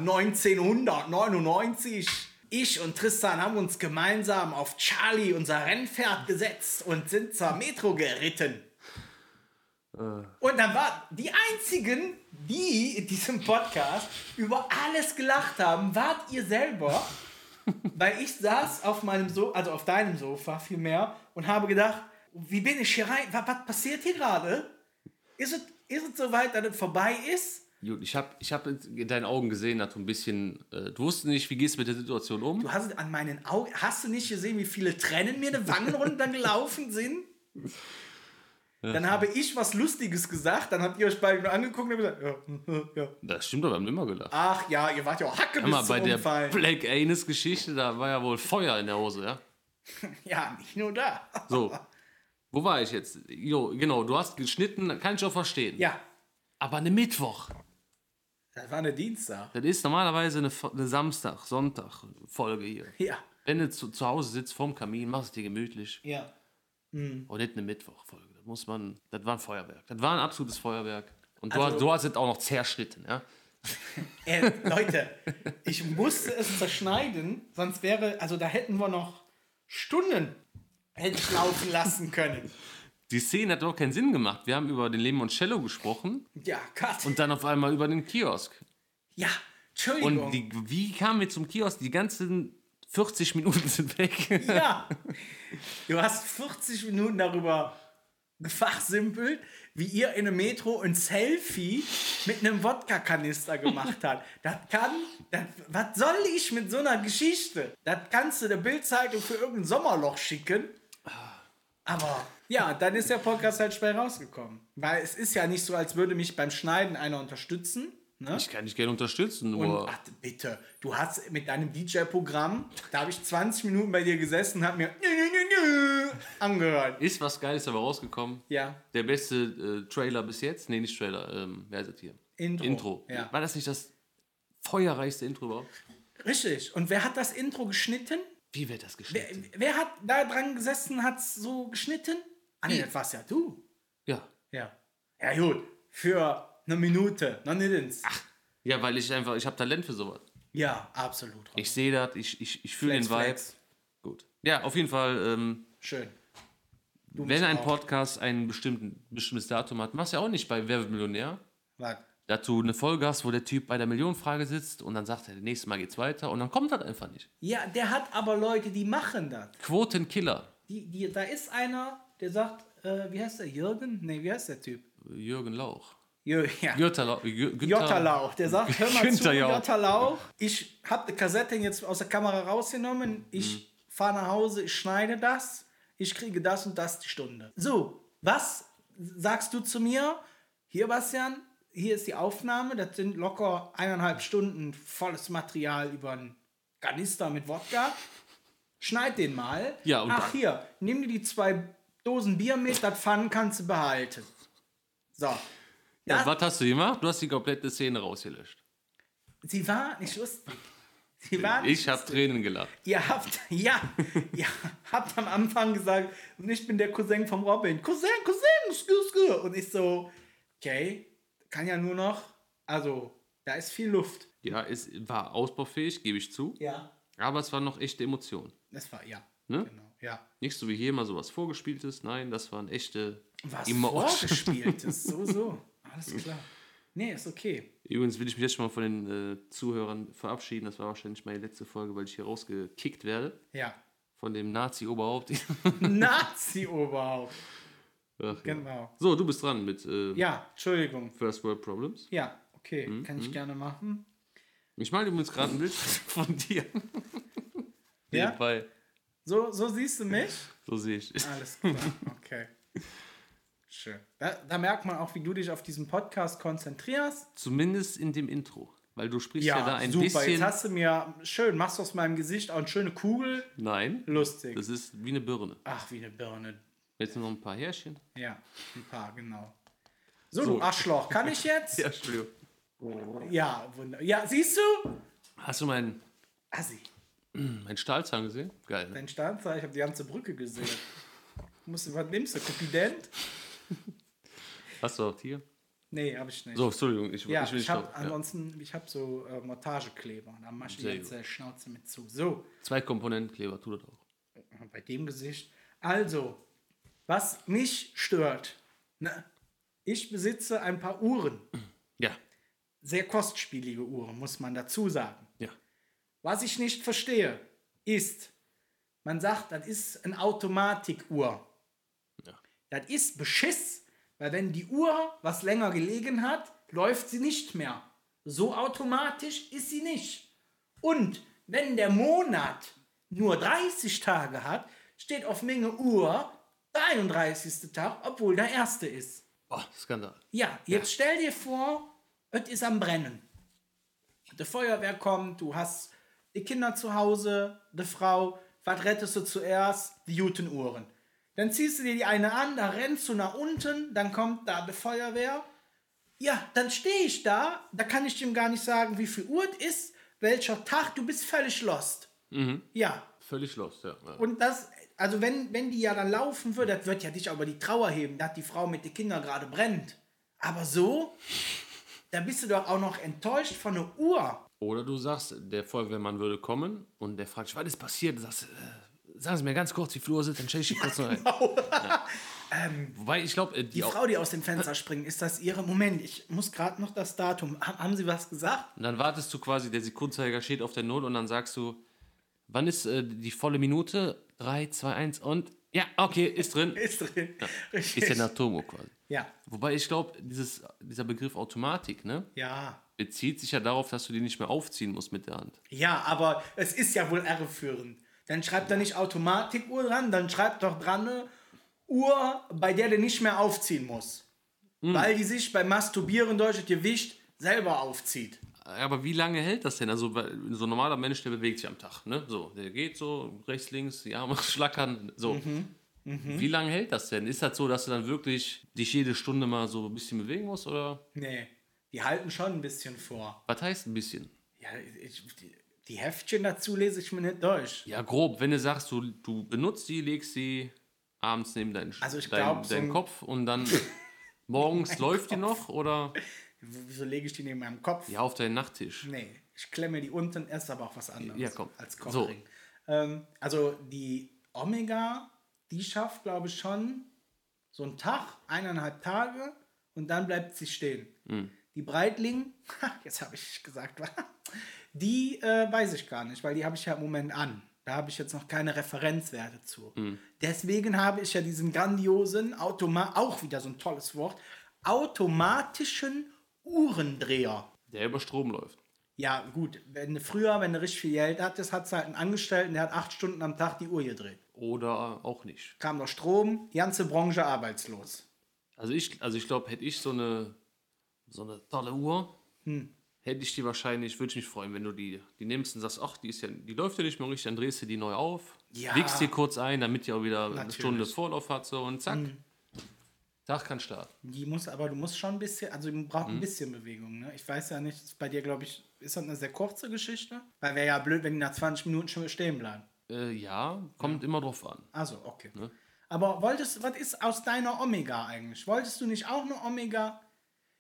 1999. Ich und Tristan haben uns gemeinsam auf Charlie, unser Rennpferd, gesetzt und sind zur Metro geritten. Und dann waren die einzigen, die in diesem Podcast über alles gelacht haben, wart ihr selber. Weil ich saß auf meinem so also auf deinem Sofa vielmehr und habe gedacht, wie bin ich hier rein? Was, was passiert hier gerade? Ist es, ist es soweit, dass es vorbei ist? Gut, ich habe ich hab in deinen Augen gesehen, dass du ein bisschen. Äh, du wusstest nicht, wie gehst du mit der Situation um. Du hast es an meinen Augen, hast du nicht gesehen, wie viele Tränen mir *laughs* eine Wangen runtergelaufen sind? Dann habe ich was Lustiges gesagt, dann habt ihr euch beide nur angeguckt und habt gesagt, ja, hm, ja. Das stimmt doch, wir haben immer gelacht. Ach ja, ihr wart ja auch Hacke Hör mal, bis bei zum der Unfall. Black Anus-Geschichte, da war ja wohl Feuer in der Hose, ja? Ja, nicht nur da. So. Wo war ich jetzt? Jo, genau, du hast geschnitten, kann ich auch verstehen. Ja, Aber eine Mittwoch. das war eine Dienstag. Das ist normalerweise eine, Fo- eine Samstag, Sonntag-Folge hier. Ja, Wenn du zu, zu Hause sitzt vorm Kamin, machst es dir gemütlich. ja. Und nicht eine Mittwochfolge. Das muss man. Das war ein Feuerwerk. Das war ein absolutes Feuerwerk. Und du, Also- hast- du hast es auch noch zerschnitten, ja? Äh, Leute, ich musste es zerschneiden, sonst wäre, also da hätten wir noch Stunden hätte ich laufen lassen können. Die Szene hat doch keinen Sinn gemacht. Wir haben über den Leben und Cello gesprochen Ja, Gott. und dann auf einmal über den Kiosk. ja, Entschuldigung. Und die, wie kamen wir zum Kiosk? Die ganzen 40 Minuten *laughs* sind weg. *laughs* ja. Du hast 40 Minuten darüber gefachsimpelt, wie ihr in der Metro ein Selfie mit einem Wodka-Kanister gemacht habt. Das kann, das, was soll ich mit so einer Geschichte? Das kannst du der Bildzeitung für irgendein Sommerloch schicken. Aber ja, dann ist der Podcast halt schnell rausgekommen. Weil es ist ja nicht so, als würde mich beim Schneiden einer unterstützen. Ne? Ich kann dich gerne unterstützen, Und, nur. ach, bitte, du hast mit deinem DJ-Programm, da habe ich 20 Minuten bei dir gesessen und habe mir nü, nü, nü, nü angehört. Ist was Geiles dabei rausgekommen. Ja, Der beste äh, Trailer bis jetzt. Nee, nicht Trailer. Ähm, wer ist das hier? Intro. Intro. Ja. War das nicht das feuerreichste Intro überhaupt? richtig. Und wer hat das Intro geschnitten? Wie wird das Wer, geschnitten? wer hat da dran gesessen, hat es so geschnitten? Ah, Hm. nee, das warst ja du. Ja. Ja. Ja, gut. Für eine Minute, noch nicht ins. Ja, weil ich einfach, ich habe Talent für sowas. Ja, absolut. Ich sehe das, ich, ich, ich fühle den Flex, Vibe. Flex. Gut. Ja, auf jeden Fall, ähm, Schön. Du wenn mich ein auch. Podcast ein bestimmten, bestimmtes Datum hat, machst du ja auch nicht bei Wer wird Millionär, Warte. dass du eine Folge hast, wo der Typ bei der Millionenfrage sitzt und dann sagt er, nächstes Mal geht's weiter und dann kommt das einfach nicht. Ja, der hat aber Leute, die machen das. Quotenkiller. Die, die, da ist einer, der sagt, äh, wie heißt der? Jürgen? Nee, wie heißt der Typ? Jürgen Lauch. Jür *laughs* ja. Jürter Lauch. Jür- Günther- Jotterlauch, der sagt, hör mal Günther zu, Jauch. Jotterlauch, ich habe die Kassette jetzt aus der Kamera rausgenommen, ich Mhm. fahre nach Hause, ich schneide das, ich kriege das und das die Stunde. So, was sagst du zu mir? Hier, Bastian, hier ist die Aufnahme, das sind locker eineinhalb Stunden volles Material über einen Kanister mit Wodka. Schneid den mal. Ja, und Ach dann- hier, nimm dir die zwei Dosen Bier mit, das Pfannen kannst du behalten. So. Ja, was hast du gemacht? Du hast die komplette Szene rausgelöscht. Sie war nicht lustig. Sie war nicht Ich habe lustig. Tränen gelacht. Ihr habt, *laughs* ja, ihr habt am Anfang gesagt, und ich bin der Cousin vom Robin. Cousin, Cousin, skü, skü. Und ich so, okay, kann ja nur noch, also, da ist viel Luft. Ja, es war ausbaufähig, gebe ich zu. Ja. Aber es waren noch echte Emotionen. Das war, ja. Ne? Genau, ja. Nicht so wie hier mal sowas vorgespieltes. Nein, das waren echte Was Emotionen. vorgespieltes, so, so. *laughs* Alles klar. Nee, ist okay. Übrigens will ich mich jetzt schon mal von den äh, Zuhörern verabschieden. Das war wahrscheinlich meine letzte Folge, weil ich hier rausgekickt werde. Ja. Von dem Nazi-Oberhaupt. *laughs* Nazi-Oberhaupt. Ach, ja. Genau. So, du bist dran mit äh, Ja, Entschuldigung. First World Problems. Ja, okay, Mhm, kann ich gerne machen. Ich male übrigens gerade ein Bild *laughs* von dir. Ja, Nebenbei. so, so siehst du mich. So sehe ich. Alles klar, okay. Schön. Da, da merkt man auch, wie du dich auf diesen Podcast konzentrierst. Zumindest in dem Intro. Weil du sprichst ja, da ein bisschen. Jetzt hast du mir schön, machst aus meinem Gesicht auch eine schöne Kugel. Nein, Lustig. das ist wie eine Birne. Ach, wie eine Birne. Jetzt noch ein paar Härchen. Ja, ein paar, genau. So, du Arschloch, kann *laughs* ich jetzt? ja, Entschuldigung. ja wunderbar. Ja, siehst du? Hast du meinen Assi. Ein Stahlzahn gesehen? Geil. Ne? Dein Stahlzahn, ich habe die ganze Brücke gesehen. Musst du, was nimmst du? Kopident? Hast du auch hier? Nee, habe ich nicht. So, Entschuldigung, ich, ja, ich ich, will nicht habe drauf. Ja. ansonsten, ich habe so äh, Montagekleber. Da mache ich die Sehr ganze Schnauze mit zu. So, Zwei Komponentenkleber, tu das auch. bei dem Gesicht. Also, was mich stört, ne? ich besitze ein paar Uhren. Ja, Sehr kostspielige Uhren, muss man dazu sagen. ja. Was ich nicht verstehe, ist, man sagt, das ist eine Automatikuhr. Ja. Das ist Beschiss, weil wenn die Uhr was länger gelegen hat, läuft sie nicht mehr. So automatisch ist sie nicht. Und wenn der Monat nur 30 Tage hat, steht auf Menge Uhr der 31. Tag, obwohl der erste ist. Oh, Skandal. Ja, jetzt stell dir vor, es ist am Brennen. Die Feuerwehr kommt, du hast die Kinder zu Hause, die Frau. Was rettest du zuerst? Die guten Uhren. Dann ziehst du dir die eine an, da rennst du nach unten, dann kommt da die Feuerwehr. Ja, dann stehe ich da, da kann ich dem gar nicht sagen, wie viel Uhr es ist, welcher Tag, du bist völlig lost. Ja, Völlig los, ja. ja. und das, also wenn, wenn die ja dann laufen würde, das wird ja dich aber die Trauer heben, dass die Frau mit den Kindern gerade brennt. Aber so, da bist du doch auch noch enttäuscht von einer Uhr. Oder du sagst, der Feuerwehrmann würde kommen und der fragt, dich, was ist passiert? Du sagst, äh, sagen Sie mir ganz kurz, wie viel Uhr sind, dann stelle ich die kurz noch ein. *laughs* Wobei, ich glaube, äh, die, Genau. Ähm, Die auch, Frau, die aus dem Fenster springt, ist das ihre? Moment, ich muss gerade noch das Datum. Ha- Haben Sie was gesagt? *laughs* Und dann wartest du quasi, der Sekundenzeiger steht auf der Null und dann sagst du, wann ist äh, die volle Minute? 3, 2, 1 und. Ja, okay, ist drin. Ist drin. Richtig. Ist ja ein Atomo quasi. ja, Wobei ich glaube, dieser Begriff Automatik, ne, ja. bezieht sich ja darauf, dass du die nicht mehr aufziehen musst mit der Hand. Ja, aber es ist ja wohl irreführend. Dann schreibt er nicht Automatikuhr dran, dann schreibt doch dran eine Uhr, bei der du nicht mehr aufziehen musst. Weil die sich beim Masturbieren durch das Gewicht selber aufzieht. Aber wie lange hält das denn? Also, weil so ein normaler Mensch, der bewegt sich am Tag, ne? So, der geht so, rechts, links, die Arme *laughs* schlackern, so. Wie lange hält das denn? Ist das so, dass du dann wirklich dich jede Stunde mal so ein bisschen bewegen musst? Oder Nee, die halten schon ein bisschen vor. was heißt ein bisschen? Ja, ich, die, die Heftchen dazu lese ich mir nicht durch. Ja, grob, wenn du sagst, du, du benutzt die, legst sie abends neben deinen, Also ich deinen, glaub, so deinen ein- Kopf und *laughs* dann morgens läuft die noch oder W- Wieso lege ich die neben meinem Kopf? ja, auf deinen Nachttisch. Nee, ich klemme die unten, ist aber auch was anderes Ja, komm. als Kochring. Ähm, also die Omega, die schafft, glaube ich, schon so einen Tag, eineinhalb Tage und dann bleibt sie stehen. Hm. Die Breitling, *laughs* jetzt habe ich gesagt, die äh, weiß ich gar nicht, weil die habe ich ja im Moment an. Da habe ich jetzt noch keine Referenzwerte zu. Hm. Deswegen habe ich ja diesen grandiosen, automa auch wieder so ein tolles Wort, automatischen Uhrendreher. Der über Strom läuft. Ja, gut, wenn du früher, wenn du richtig viel Geld hattest, hat es halt einen Angestellten, der hat acht Stunden am Tag die Uhr gedreht. Oder auch nicht. Kam noch Strom, die ganze Branche arbeitslos. Also ich, also ich glaube, hätte ich so eine, so eine tolle Uhr, Hm. hätte ich die wahrscheinlich, würde ich mich freuen, wenn du die, die nimmst und sagst, ach, die, ist ja, die läuft ja nicht mehr richtig, dann drehst du die neu auf, Ja. wickst die kurz ein, damit die auch wieder eine Natürlich. Hm. Stunde Vorlauf hat so und zack. Tag kann starten. Die muss aber, du musst schon ein bisschen, also die braucht ein bisschen Bewegung. Ne? Ich weiß ja nicht, bei dir, glaube ich, ist das eine sehr kurze Geschichte? Weil wäre ja blöd, wenn die nach 20 Minuten schon stehen bleiben. Äh, ja, kommt immer drauf an. Also, okay. Aber wolltest, was ist aus deiner Omega eigentlich? Wolltest du nicht auch eine Omega?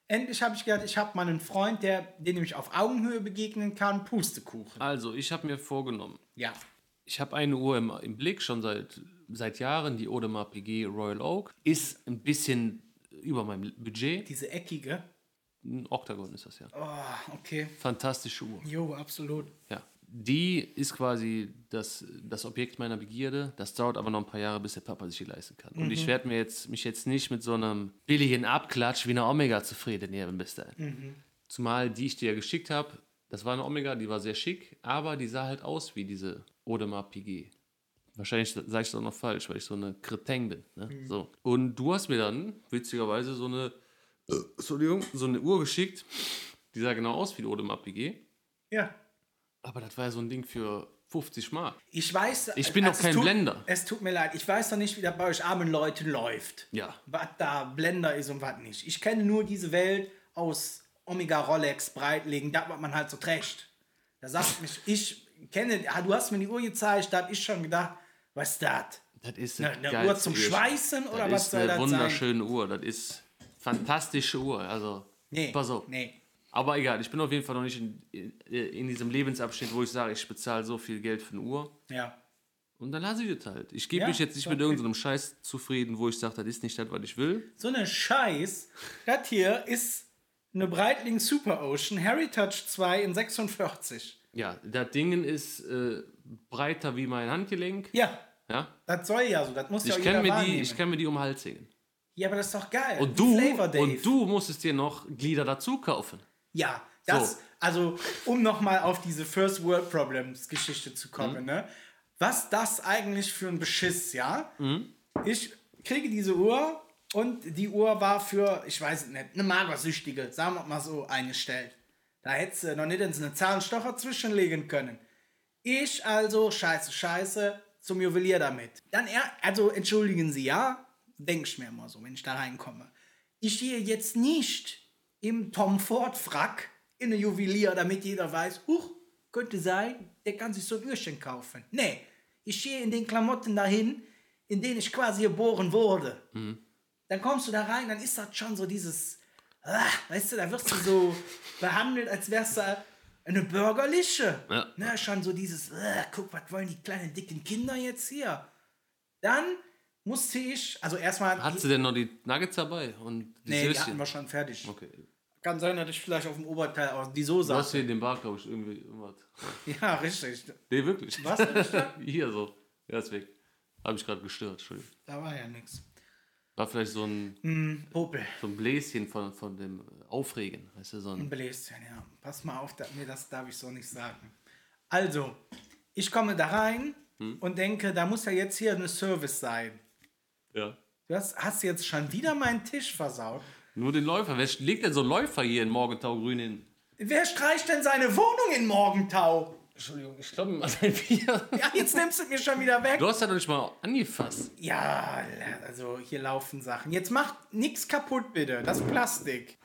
Endlich habe ich gedacht, ich habe mal einen Freund, der, den ich auf Augenhöhe begegnen kann, Pustekuchen. Also, ich habe mir vorgenommen, Ja. ich habe eine Uhr im, im Blick schon seit, seit Jahren, die Audemars PG Royal Oak. Ist ein bisschen über meinem Budget. Diese eckige. Ein Oktagon ist das ja. Oh, Okay. Fantastische Uhr. Jo, absolut. Ja. Die ist quasi das, das Objekt meiner Begierde. Das dauert aber noch ein paar Jahre, bis der Papa sich die leisten kann. Und ich werde mir jetzt, mich jetzt nicht mit so einem billigen Abklatsch wie einer Omega zufrieden nehmen bis dahin. Zumal die ich dir ja geschickt habe, das war eine Omega, die war sehr schick, aber die sah halt aus wie diese Odemar PG. Wahrscheinlich sage ich es auch noch falsch, weil ich so eine Kreteng bin. Ne? So. Und du hast mir dann witzigerweise so eine, äh, Entschuldigung, so eine Uhr geschickt, die sah genau aus wie die Odemar PG. Ja. Aber das war ja so ein Ding für 50 Mark. Ich weiß. Ich bin also doch es kein tut, Blender. Es tut mir leid. Ich weiß doch nicht, wie das bei euch armen Leuten läuft. Ja. Was da Blender ist und was nicht. Ich kenne nur diese Welt *laughs* aus Omega Rolex, Breitling, das, was man halt so trägt. Da sagt mich, ich kenne, ah, du hast mir die Uhr gezeigt, da habe ich schon gedacht, was ist das? Das ist Eine, das eine Geilste, Uhr zum Jürgen. Schweißen oder Das was ist soll eine das sein? wunderschöne Uhr. Das ist fantastische Uhr. Also, Nee, pass auf. nee. Aber egal, ich bin auf jeden Fall noch nicht in, in, in diesem Lebensabschnitt, wo ich sage, ich bezahle so viel Geld für eine Uhr. Ja. Und dann lasse ich das halt. Ich gebe Ja, mich jetzt nicht ist mit okay. irgendeinem Scheiß zufrieden, wo ich sage, das ist nicht das, was ich will. So eine Scheiß. Das hier ist eine Breitling Super Ocean Heritage 2 in 46. Ja, das Ding ist äh, breiter wie mein Handgelenk. Ja, Ja? das soll ja so, das muss ja Ich, kann auch jeder mir die, wahrnehmen. ich kann mir die um den Hals singen. ja, aber das ist doch geil. Und du, Flavor Dave. und du musstest dir noch Glieder dazu kaufen. Ja, das, So. also um nochmal auf diese First World Problems Geschichte zu kommen, Mhm. ne? Was das eigentlich für ein Beschiss, ja? Mhm. Ich kriege diese Uhr und die Uhr war für, ich weiß es nicht, eine Magersüchtige, sagen wir mal so, eingestellt. Da hättest du noch nicht in so eine Zahlenstocher zwischenlegen können. Ich also, scheiße, scheiße, zum Juwelier damit. Dann er, also entschuldigen Sie, ja? Denk ich mir immer so, wenn ich da reinkomme. Ich gehe jetzt nicht im Tom Ford Frack in den Juwelier, damit jeder weiß, huch, könnte sein, der kann sich so ein Öhrchen kaufen. Nee, ich gehe in den Klamotten dahin, in denen ich quasi geboren wurde. Dann kommst du da rein, dann ist das schon so dieses, ah, weißt du, da wirst du *laughs* so behandelt, als wärst du eine bürgerliche. Ja. Ne, schon so dieses, ah, guck, was wollen die kleinen, dicken Kinder jetzt hier? Dann musste ich, also erstmal. Hattest du denn noch die Nuggets dabei? Und die Nee, die hatten Söschen? wir schon fertig. Okay. Kann sein, dass ich vielleicht auf dem Oberteil auch die Du Soße hast hatte. hier in dem Bar, glaube ich, irgendwie irgendwas. Ja, richtig. Nee, wirklich. Was hab ich da? *laughs* hier so. Ja, ist weg. Habe ich gerade gestört, Entschuldigung. Da war ja nichts. War vielleicht so ein, Popel. so ein Bläschen von, von dem Aufregen. Weißt du, so ein. Ein Bläschen, ja. Pass mal auf, da, nee, das darf ich so nicht sagen. Also, ich komme da rein Hm? und denke, da muss ja jetzt hier eine Service sein. Ja. Du hast, hast jetzt schon wieder meinen Tisch versaut. Nur den Läufer. Wer legt denn so einen Läufer hier in Morgentau grün hin? Wer streicht denn seine Wohnung in Morgentau? Entschuldigung, ich glaube mal sein Bier. Ja, jetzt nimmst du mir schon wieder weg. Du hast ja noch nicht mal angefasst. Ja, also hier laufen Sachen. Jetzt macht nichts kaputt, bitte. Das ist Plastik.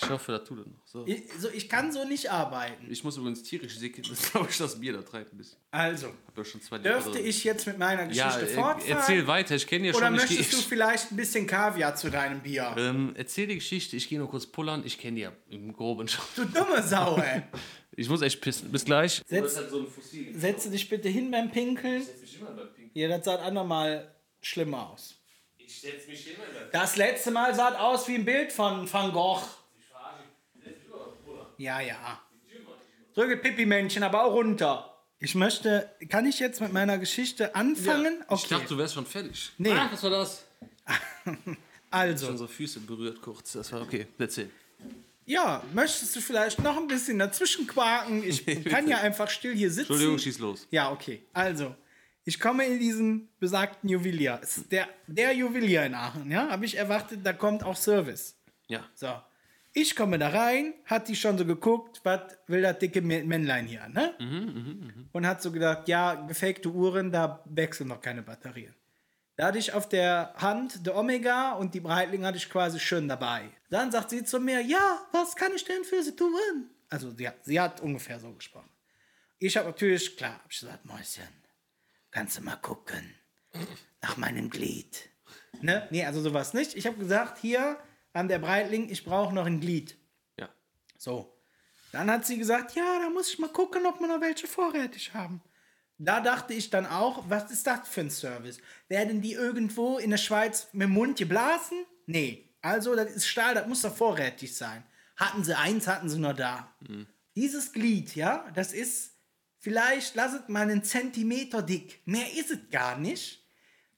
Ich hoffe, das tut er noch. So. Ich, so, ich kann so nicht arbeiten. Ich muss übrigens tierisch sicken, das glaube ich, das Bier da treibt ein bisschen. Also, Hab ja schon zwei dürfte also- ich jetzt mit meiner Ja, Geschichte äh, fortfahren? erzähl weiter, ich kenne ja Oder schon die möchtest du Geschichte. vielleicht ein bisschen Kaviar zu deinem Bier? Ähm, erzähl die Geschichte, ich gehe nur kurz pullern, ich kenne die ja im Groben schon. *laughs* Du dumme Sau, ey. Ich muss echt pissen, bis gleich. Setz, halt so ein Fossil. setze dich bitte hin beim Pinkeln. Ja, das sah andermal schlimmer aus. Ich setz mich hin, Das letzte Mal sah es aus wie ein Bild von Van Gogh. Ja, ja. Drücke Pipi-Männchen, aber auch runter. Ich möchte, kann ich jetzt mit meiner Geschichte anfangen? okay. Ich dachte, du wärst schon fertig. Nee. Ah, was war das? also, Unsere Füße berührt kurz, das war okay. Erzähl. ja, möchtest du vielleicht noch ein bisschen dazwischen quaken? *laughs* Ich kann ja einfach still hier sitzen. Entschuldigung, schieß los. Ja, okay. Also, ich komme in diesen besagten Juwelier. Es ist der, der Juwelier in Aachen, ja? Habe ich erwartet, da kommt auch Service. Ja. So. Ich komme da rein, hat die schon so geguckt, was will das dicke Mä- Männlein hier, ne? Und hat so gedacht, ja, gefakte Uhren, da wechseln noch keine Batterien. Da hatte ich auf der Hand der Omega und die Breitling hatte ich quasi schön dabei. Dann sagt sie zu mir, ja, was kann ich denn für sie tun? Also sie hat, sie hat ungefähr so gesprochen. Ich habe natürlich, klar, hab ich gesagt, Mäuschen, kannst du mal gucken nach meinem Glied. Ne? Nee, also sowas nicht. Ich habe gesagt, hier an der Breitling, ich brauche noch ein Glied. Ja. So. Dann hat sie gesagt, ja, da muss ich mal gucken, ob wir noch welche vorrätig haben. Da dachte ich dann auch, was ist das für ein Service? Werden die irgendwo in der Schweiz mit dem Mund geblasen? Nee. Also, das ist Stahl, das muss doch vorrätig sein. Hatten sie eins, hatten sie nur da. Dieses Glied, ja, das ist vielleicht, lass es mal einen Zentimeter dick. Mehr ist es gar nicht.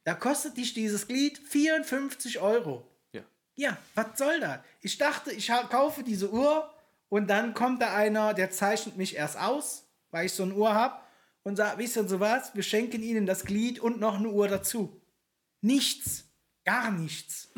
Da kostet dich dieses Glied 54 Euro. Ja. Ja, was soll das? Ich dachte, ich ha- kaufe diese Uhr und dann kommt da einer, der zeichnet mich erst aus, weil ich so eine Uhr habe und sagt, wisst ihr so was, wir schenken ihnen das Glied und noch eine Uhr dazu. Nichts, gar nichts.